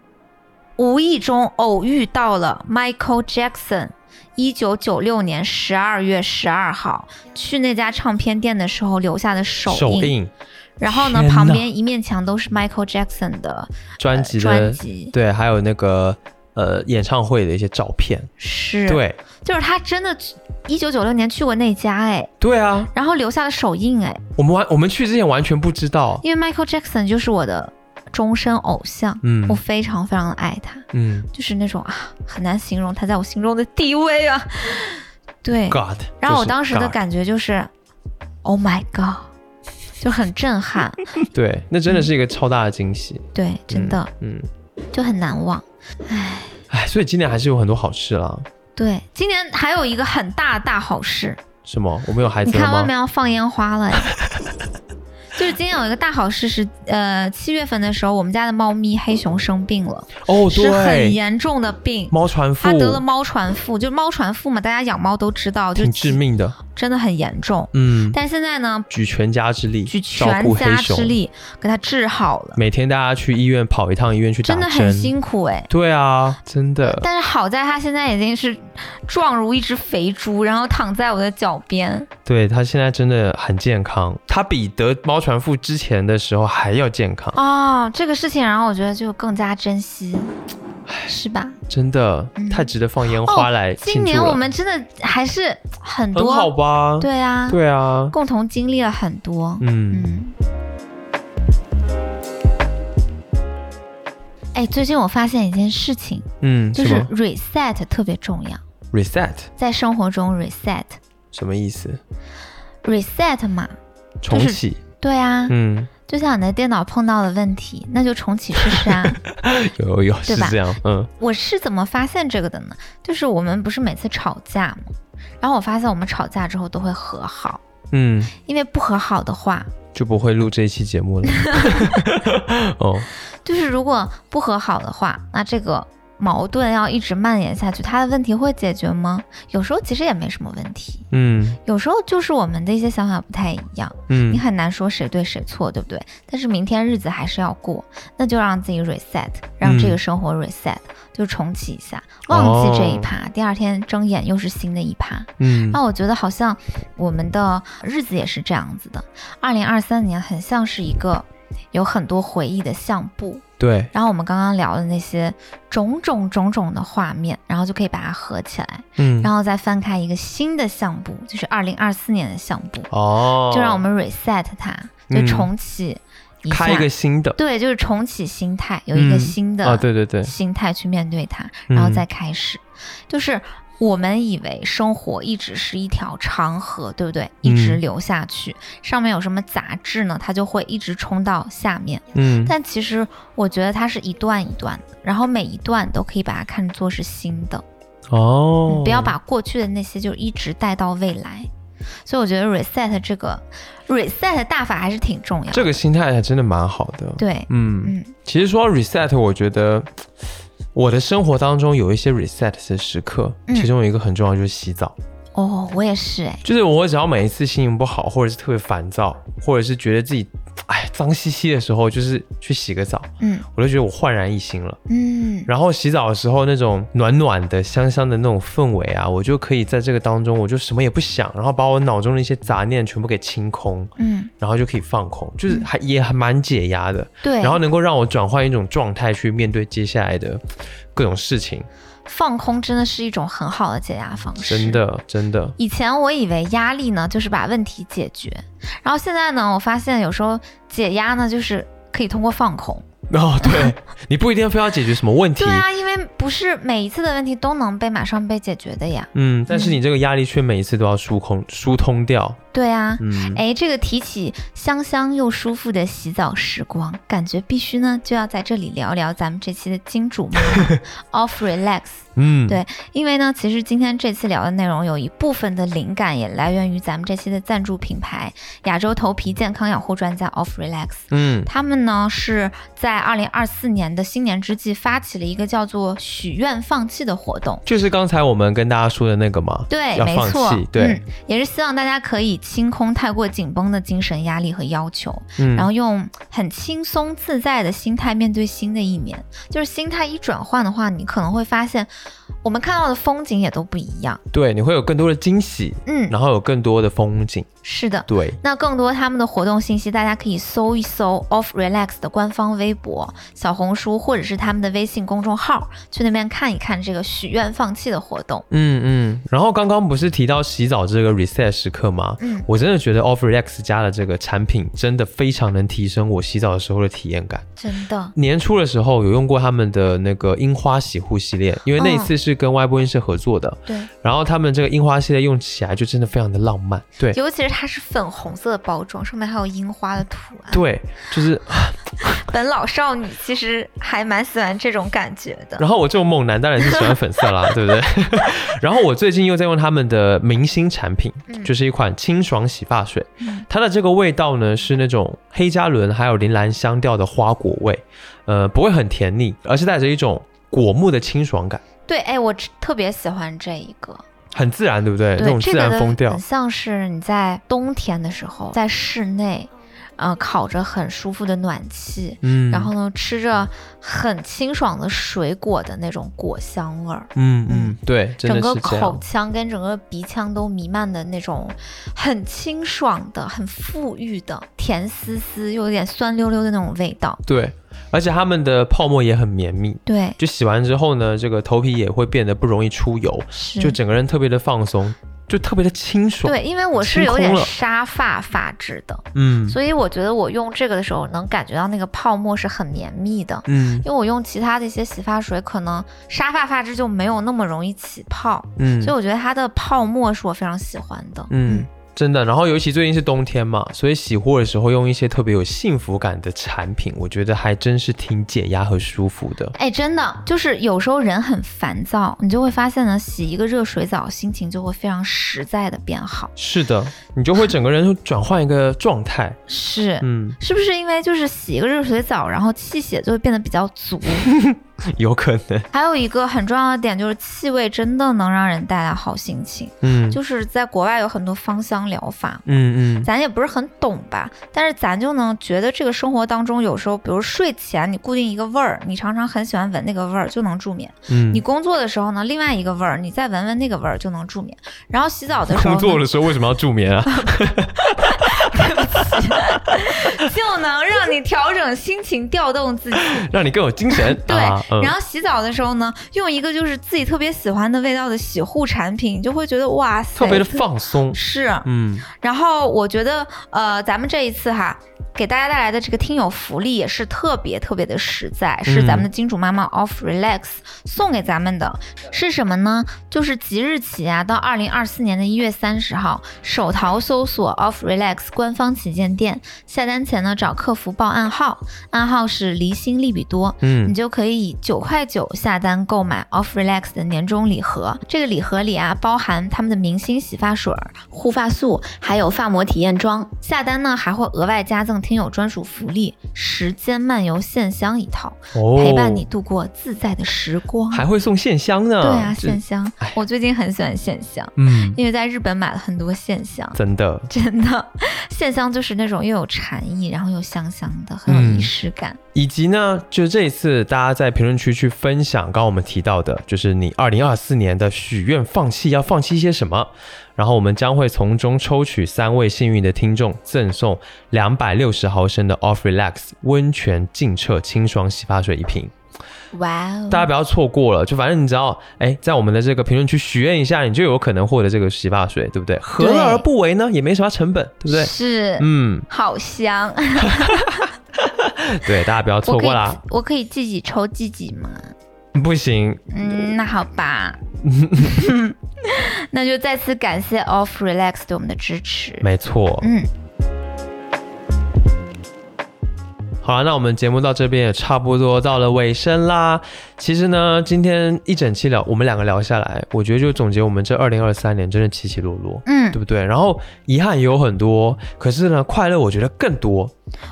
Speaker 3: 无意中偶遇到了 Michael Jackson。一九九六年十二月十二号去那家唱片店的时候留下的手印，
Speaker 2: 首映
Speaker 3: 然后呢，
Speaker 2: 天哪
Speaker 3: 旁边一面墙都是 Michael Jackson 的
Speaker 2: 专辑
Speaker 3: 专
Speaker 2: 的
Speaker 3: 辑，
Speaker 2: 对，还有那个呃演唱会的一些照片，
Speaker 3: 是，，
Speaker 2: 对
Speaker 3: 就是他真的一九九六年去过那家哎，
Speaker 2: 对啊，
Speaker 3: 然后留下了手印哎，
Speaker 2: 我们完我们去之前完全不知道，
Speaker 3: 因为 Michael Jackson 就是我的终身偶像，
Speaker 2: 嗯
Speaker 3: 我非常非常的爱他，
Speaker 2: 嗯
Speaker 3: 就是那种啊很难形容他在我心中的地位 啊，对，
Speaker 2: ，God，
Speaker 3: 然后我
Speaker 2: 就是
Speaker 3: 当时的
Speaker 2: God
Speaker 3: 感觉就是，Oh my God，就很震 撼，
Speaker 2: 对，那
Speaker 3: 嗯
Speaker 2: 真的是一个超大的惊喜，
Speaker 3: 对，真的、
Speaker 2: 嗯，嗯，
Speaker 3: 就很难忘。
Speaker 2: 哎，所以今年还是有很多好事啦，
Speaker 3: 对，今年还有一个很大的大好事，
Speaker 2: 什么？我们有孩
Speaker 3: 你
Speaker 2: 子
Speaker 3: 看外
Speaker 2: 了吗
Speaker 3: 面？要放烟花 了哎，就是今天有一个大好事是，呃，七月份的时候，我们家的猫咪黑熊生病了，
Speaker 2: 哦，
Speaker 3: 是很
Speaker 2: 对，
Speaker 3: 严重的病，
Speaker 2: 猫传腹
Speaker 3: 它得了猫传腹，就是猫传腹嘛，大家养猫都知道，就
Speaker 2: 挺致命的，
Speaker 3: 真的很严重。
Speaker 2: 嗯，
Speaker 3: 但现在呢，
Speaker 2: 举全家之力，
Speaker 3: 举
Speaker 2: 照顾
Speaker 3: 全
Speaker 2: 黑
Speaker 3: 家
Speaker 2: 熊
Speaker 3: 之，力给它治好了，
Speaker 2: 每天大家去医院跑一趟医院去打
Speaker 3: 真
Speaker 2: 针，
Speaker 3: 的很辛苦哎。
Speaker 2: 对啊，真的，
Speaker 3: 但是好在它现在已经是壮如一只肥猪，然后躺在我的脚边。
Speaker 2: 对他现在真的很健康，他比得猫传腹之前的时候还要健康，
Speaker 3: 哦，这个事情，然后我觉得就更加珍惜，是吧？
Speaker 2: 真的
Speaker 3: 嗯
Speaker 2: 太值得放烟花来庆
Speaker 3: 哦今
Speaker 2: 祝
Speaker 3: 年
Speaker 2: 了，
Speaker 3: 我们真的还是很
Speaker 2: 很
Speaker 3: 多，
Speaker 2: 好吧？
Speaker 3: 对啊，
Speaker 2: 对啊，
Speaker 3: 共同经历了很多，
Speaker 2: 嗯，
Speaker 3: 嗯。哎，最近我发现一件事情，
Speaker 2: 嗯，
Speaker 3: 就
Speaker 2: 什
Speaker 3: 是
Speaker 2: 么
Speaker 3: reset 特别重要，
Speaker 2: reset
Speaker 3: 在生活中 reset
Speaker 2: 什么意思？
Speaker 3: reset 嘛，
Speaker 2: 重
Speaker 3: 是
Speaker 2: 启，
Speaker 3: 对啊，
Speaker 2: 嗯，
Speaker 3: 就像你的电脑碰到了问题，那就重启试试 啊。
Speaker 2: 有有有是
Speaker 3: 对吧
Speaker 2: 这样，嗯
Speaker 3: 我是怎么发现这个的呢？就是我们不是每次吵架嘛，然后我发现我们吵架之后都会和好，
Speaker 2: 嗯，
Speaker 3: 因为不和好的话，
Speaker 2: 就不会录这一期 节目了，哦，
Speaker 3: 就是如果不和好的话，那这个矛盾要一直蔓延下去，他的问题会解决吗？有时候其实也没什么问题，
Speaker 2: 嗯
Speaker 3: 有时候就是我们的一些想法不太一样，
Speaker 2: 嗯
Speaker 3: 你，很难说谁对谁错，对不对？但是明天日子还是要过，那就让自己 reset，让
Speaker 2: 嗯
Speaker 3: 这个生活 reset，、就重启一下，忘记这一趴，第二天睁眼又是新的一趴。
Speaker 2: 哦嗯
Speaker 3: 那我觉得好像我们的日子也是这样子的，二零二三年很像是一个有很多回忆的相簿。
Speaker 2: 对，
Speaker 3: 然后我们刚刚聊的那些种种种种的画面，然后就可以把它合起来，
Speaker 2: 嗯，
Speaker 3: 然后再翻开一个新的相簿，就是二零二四年的相簿，
Speaker 2: 哦，
Speaker 3: 就让我们 reset 它，就
Speaker 2: 嗯
Speaker 3: 重启一下，
Speaker 2: 开一个新的，
Speaker 3: 对，就是重启心态，有一个
Speaker 2: 嗯
Speaker 3: 新
Speaker 2: 啊，
Speaker 3: 的
Speaker 2: 对对对，
Speaker 3: 心态去面对它，然后
Speaker 2: 嗯
Speaker 3: 再开始，就是。我们以为生活一直是一条长河，对不对？一直
Speaker 2: 嗯
Speaker 3: 流下去，上面有什么杂质呢？它就会一直冲到下面。
Speaker 2: 嗯，
Speaker 3: 但其实我觉得它是一段一段的，然后每一段都可以把它看作是新的，
Speaker 2: 哦
Speaker 3: 嗯，不要把过去的那些就一直带到未来。所以我觉得 reset 这个 reset 大法还是挺重要的。
Speaker 2: 这个心态还真的蛮好的。
Speaker 3: 对，
Speaker 2: 嗯，
Speaker 3: 嗯
Speaker 2: 其实说到 reset，我觉得我的生活当中有一些 reset 的时刻，
Speaker 3: 嗯
Speaker 2: 其中有一个很重要就是洗澡。
Speaker 3: 哦，我也是哎，
Speaker 2: 就是我只要每一次心情不好，或者是特别烦躁，或者是觉得自己哎脏兮兮的时候，就是去洗个澡，
Speaker 3: 嗯
Speaker 2: 我就觉得我焕然一新了。
Speaker 3: 嗯，
Speaker 2: 然后洗澡的时候那种暖暖的、香香的那种氛围啊，我就可以在这个当中，我就什么也不想，然后把我脑中的一些杂念全部给清空，
Speaker 3: 嗯
Speaker 2: 然后就可以放空，就是 还也还蛮解压的。
Speaker 3: 对，
Speaker 2: 然后能够让我转换一种状态去面对接下来的各种事情。
Speaker 3: 放空真的是一种很好的解压方式。
Speaker 2: 真的真的，
Speaker 3: 以前我以为压力呢就是把问题解决，然后现在呢，我发现有时候解压呢就是可以通过放空。
Speaker 2: 哦，对 你不一定非要解决什么问题
Speaker 3: 对，啊，因为不是每一次的问题都能被马上被解决的呀。
Speaker 2: 嗯，但是你这个压力却每一次都要疏空疏通掉，
Speaker 3: 对啊，
Speaker 2: 嗯，
Speaker 3: 哎，这个提起香香又舒服的洗澡时光，感觉必须呢就要在这里聊聊咱们这期的金主妈 妈 Off Relax，
Speaker 2: 嗯，
Speaker 3: 对因为呢，其实今天这期聊的内容有一部分的灵感也来源于咱们这期的赞助品牌亚洲头皮健康养护专家 Off Relax。
Speaker 2: 嗯，
Speaker 3: 他们呢是在二零二四年的新年之际发起了一个叫做“许愿放弃”的活动，
Speaker 2: 就是刚才我们跟大家说的那个嘛，
Speaker 3: 对，
Speaker 2: 要
Speaker 3: 没
Speaker 2: 放
Speaker 3: 错
Speaker 2: 弃，，对
Speaker 3: 嗯，也是希望大家可以清空太过紧绷的精神压力和要求，
Speaker 2: 嗯，
Speaker 3: 然后用很轻松自在的心态面对新的一年。就是心态一转换的话，你可能会发现，我们看到的风景也都不一样。
Speaker 2: 对，你会有更多的惊喜，
Speaker 3: 嗯，
Speaker 2: 然后有更多的风景，
Speaker 3: 是的。
Speaker 2: 对，
Speaker 3: 那更多他们的活动信息，大家可以搜一搜 Off Relax 的官方微博、小红书，或者是他们的微信公众号，去那边看一看这个许愿放弃的活动。
Speaker 2: 嗯嗯。然后刚刚不是提到洗澡这个 reset 时刻吗？
Speaker 3: 嗯，
Speaker 2: 我真的觉得 Off Relax 家的这个产品真的非常能提升我洗澡的时候的体验感。
Speaker 3: 真的，
Speaker 2: 年初的时候有用过他们的那个樱花洗护系列，因为那一次是跟外播音社合作的，
Speaker 3: 对，
Speaker 2: 然后他们这个樱花系列用起来就真的非常的浪漫，对
Speaker 3: 尤其是它是粉红色的包装，上面还有樱花的图案。
Speaker 2: 对，就是。
Speaker 3: 本老少女其实还蛮喜欢这种感觉的。
Speaker 2: 然后我这种猛男当然是喜欢粉 色啦，对不对？然后我最近又在用他们的明星产品，
Speaker 3: 嗯
Speaker 2: 就是一款清爽洗发水，
Speaker 3: 嗯
Speaker 2: 它的这个味道呢是那种黑加仑还有铃兰香调的花果味，呃，不会很甜腻，而是带着一种果木的清爽感，
Speaker 3: 对，哎，我只特别喜欢这一个，
Speaker 2: 很自然，对不对？那种
Speaker 3: 这
Speaker 2: 自
Speaker 3: 个
Speaker 2: 然
Speaker 3: 的
Speaker 2: 风调
Speaker 3: 很，像是你在冬天的时候在室内，呃，烤着很舒服的暖气，
Speaker 2: 嗯，
Speaker 3: 然后呢吃着很清爽的水果的那种果香味儿，
Speaker 2: 嗯嗯，对，真
Speaker 3: 整
Speaker 2: 的
Speaker 3: 个
Speaker 2: 是这
Speaker 3: 口
Speaker 2: 样，
Speaker 3: 腔跟整个鼻腔都弥漫的那种很清爽的、很馥郁的、甜丝丝又有点酸溜溜的那种味道。
Speaker 2: 对，而且他们的泡沫也很绵密。
Speaker 3: 对，
Speaker 2: 就洗完之后呢，这个头皮也会变得不容易出油，
Speaker 3: 是
Speaker 2: 就整个人特别的放松，就特别的清
Speaker 3: 嗯
Speaker 2: 爽。
Speaker 3: 对，因为我是
Speaker 2: 清
Speaker 3: 有
Speaker 2: 空
Speaker 3: 点
Speaker 2: 了
Speaker 3: 沙发发质的，
Speaker 2: 嗯
Speaker 3: 所以我觉得我用这个的时候能感觉到那个泡沫是很绵密的。
Speaker 2: 嗯
Speaker 3: 因为我用其他的一些洗发水，可能沙发发质就没有那么容易起泡，
Speaker 2: 嗯
Speaker 3: 所以我觉得它的泡沫是我非常喜欢的。
Speaker 2: 嗯，真的。然后尤其最近是冬天嘛，所以洗护的时候用一些特别有幸福感的产品，我觉得还真是挺解压和舒服的。
Speaker 3: 哎，真的就是有时候人很烦躁，你就会发现呢，洗一个热水澡，心情就会非常实在的变好。
Speaker 2: 是的，你就会整个人就转换一个状态。
Speaker 3: 是，
Speaker 2: 嗯，
Speaker 3: 是不是因为就是洗一个热水澡，然后气血就会变得比较足？
Speaker 2: 有可能。
Speaker 3: 还有一个很重要的点就是气味真的能让人带来好心情，
Speaker 2: 嗯
Speaker 3: 就是在国外有很多芳香疗法。
Speaker 2: 嗯嗯，
Speaker 3: 咱也不是很懂吧，但是咱就能觉得这个生活当中，有时候，比如睡前你固定一个味儿，你常常很喜欢闻那个味儿，就能助眠。
Speaker 2: 嗯
Speaker 3: 你工作的时候呢，另外一个味儿，你再闻闻那个味儿就能助眠。然后洗澡的时候
Speaker 2: 工
Speaker 3: 呢，
Speaker 2: 作的时候为什么要 助眠啊？
Speaker 3: 就能让你调整心情，调动自己。
Speaker 2: 让你更有精神。
Speaker 3: 对，
Speaker 2: 啊、嗯
Speaker 3: 然后洗澡的时候呢，用一个就是自己特别喜欢的味道的洗护产品，你就会觉得哇塞，
Speaker 2: 特别的放松。
Speaker 3: 是。
Speaker 2: 嗯，
Speaker 3: 然后我觉得，呃，咱们这一次哈，给大家带来的这个听友福利也是特别特别的实在，是咱们的金主妈妈 Off Relax 送给咱们的，是什么呢？就是即日起啊，到二零二四年的一月三十号，手淘搜索 Off Relax 官方旗舰店，下单前呢找客服报暗号，暗号是离心利比多，你
Speaker 2: 嗯
Speaker 3: 就可以以九块九下单购买 Off Relax 的年终礼盒。这个礼盒里啊，包含他们的明星洗发水、护发素，还有发膜体验装。下单呢，还会额外加赠听友专属福利——时间漫游线香一套，
Speaker 2: 哦
Speaker 3: 陪伴你度过自在的时光。
Speaker 2: 还会送线香呢。
Speaker 3: 对啊，
Speaker 2: 这
Speaker 3: 线香
Speaker 2: 哎，
Speaker 3: 我最近很喜欢线香，
Speaker 2: 嗯，
Speaker 3: 因为在日本买了很多线香。
Speaker 2: 真的。
Speaker 3: 真的， 线香就是那种又有禅意，然后又香香的，很有
Speaker 2: 嗯
Speaker 3: 仪式感。
Speaker 2: 以及呢，就这一次大家在评论区去分享，刚刚我们提到的，就是你二零二四年的许愿放弃要放弃一些什么，然后我们将会从中抽取三位幸运的听众，赠送两百六十毫升的 Off Relax 温泉净澈清爽洗发水一瓶。
Speaker 3: 哇哦！
Speaker 2: 大家不要错过了，就反正你只要哎，在我们的这个评论区许愿一下，你就有可能获得这个洗发水，对不对？何乐而不为呢？也没什么成本，对不对？
Speaker 3: 是，
Speaker 2: 嗯，
Speaker 3: 好香。
Speaker 2: 对，大家不要错
Speaker 3: 我可
Speaker 2: 过
Speaker 3: 以
Speaker 2: 啦。
Speaker 3: 我可以自己抽自己吗？
Speaker 2: 不行，
Speaker 3: 嗯，那好 吧。 那就再次感谢 Off Relax 对我们的支持。
Speaker 2: 没错。
Speaker 3: 嗯，
Speaker 2: 好了，那我们节目到这边也差不多到了尾声啦。其实呢，今天一整期聊，我们两个聊下来，我觉得就总结我们这二零二三年真的起起落落，
Speaker 3: 嗯
Speaker 2: 对，不对？然后遗憾也有很多，可是呢，快乐我觉得更多，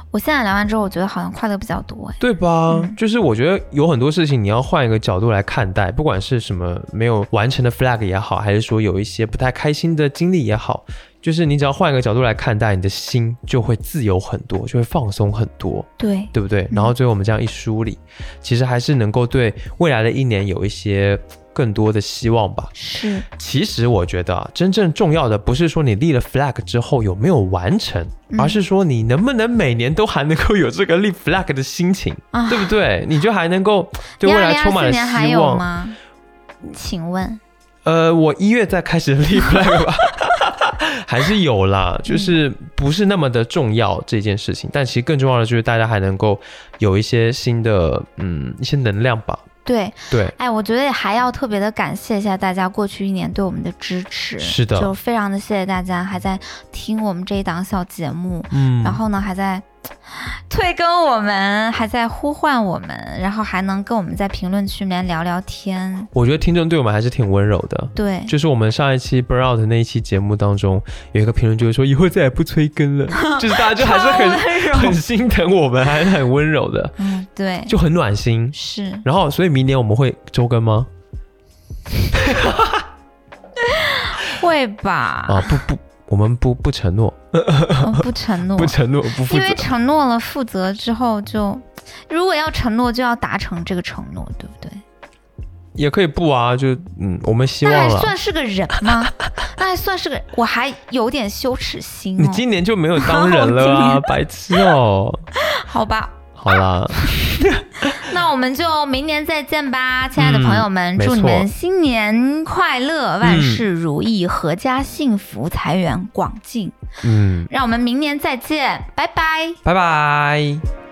Speaker 3: 我现在聊完之后，我觉得好像快乐比较多哎。
Speaker 2: 对吧？就是我觉得有很多事情你要换一个角度来看待，不管是什么没有完成的 flag 也好，还是说有一些不太开心的经历也好，就是你只要换一个角度来看待，你的心就会自由很多，就会放松很多。
Speaker 3: 对，
Speaker 2: 对不对？然后最后我们这样一梳理，其实还是能够对未来的一年有一些更多的希望吧。
Speaker 3: 是，
Speaker 2: 其实我觉得啊，真正重要的不是说你立了 flag 之后有没有完成，而是说你能不能每年都还能够有这个立 flag 的心情，
Speaker 3: 啊
Speaker 2: 对不对？你就还能够对
Speaker 3: 你
Speaker 2: 未
Speaker 3: 二
Speaker 2: 来
Speaker 3: 零
Speaker 2: 充
Speaker 3: 二
Speaker 2: 满
Speaker 3: 四
Speaker 2: 了
Speaker 3: 年还
Speaker 2: 希
Speaker 3: 有
Speaker 2: 望。
Speaker 3: 吗？请问，
Speaker 2: 呃，我一月再开始 立 flag 吧。 还是有
Speaker 3: 嗯
Speaker 2: 啦，就是不是那么的重要这件事情，但其实更重要的就是大家还能够有一些新的嗯一些能量吧，
Speaker 3: 对，
Speaker 2: 对，
Speaker 3: 哎，我觉得还要特别的感谢一下大家过去一年对我们的支持，
Speaker 2: 是的
Speaker 3: 就非常的谢谢大家还在听我们这一档小节目，
Speaker 2: 嗯
Speaker 3: 然后呢还在退更我们，还在呼唤我们，然后还能跟我们在评论区里面聊聊天，
Speaker 2: 我觉得听众对我们还是挺温柔的。
Speaker 3: 对，
Speaker 2: 就是我们上一期 burn out 那一期节目当中，有一个评论就是说以后再也不催更 了，就是大家就还是很
Speaker 3: 温柔，
Speaker 2: 很心疼我们，还是很温柔的，
Speaker 3: 嗯，对，
Speaker 2: 就很暖心。
Speaker 3: 是
Speaker 2: 然后，所以明年我们会周更吗？
Speaker 3: 会吧？
Speaker 2: 啊，不不，我们不不承诺，
Speaker 3: 我不承诺
Speaker 2: 啊不，承诺，不
Speaker 3: 哦
Speaker 2: 负
Speaker 3: 因为
Speaker 2: 责。
Speaker 3: 承诺了负责之后就，如果要承诺就要达成这个承诺，对不对？
Speaker 2: 也可以不啊，就嗯，我们希
Speaker 3: 那
Speaker 2: 望
Speaker 3: 还
Speaker 2: 了。
Speaker 3: 算是个人吗？ 那还算是个，我还有点羞耻心
Speaker 2: 你
Speaker 3: 哦。
Speaker 2: 今年就没有当人了
Speaker 3: 我今
Speaker 2: 啊，
Speaker 3: 年
Speaker 2: 白痴哦。
Speaker 3: 好吧，
Speaker 2: 好啦，
Speaker 3: 那我们就明年再见吧，亲爱的朋友们，
Speaker 2: 嗯没
Speaker 3: 祝你
Speaker 2: 错嗯
Speaker 3: 们新年快乐，万事如意，阖家幸福，财源广进。
Speaker 2: 嗯，
Speaker 3: 让我们明年再见，拜拜。
Speaker 2: 拜拜。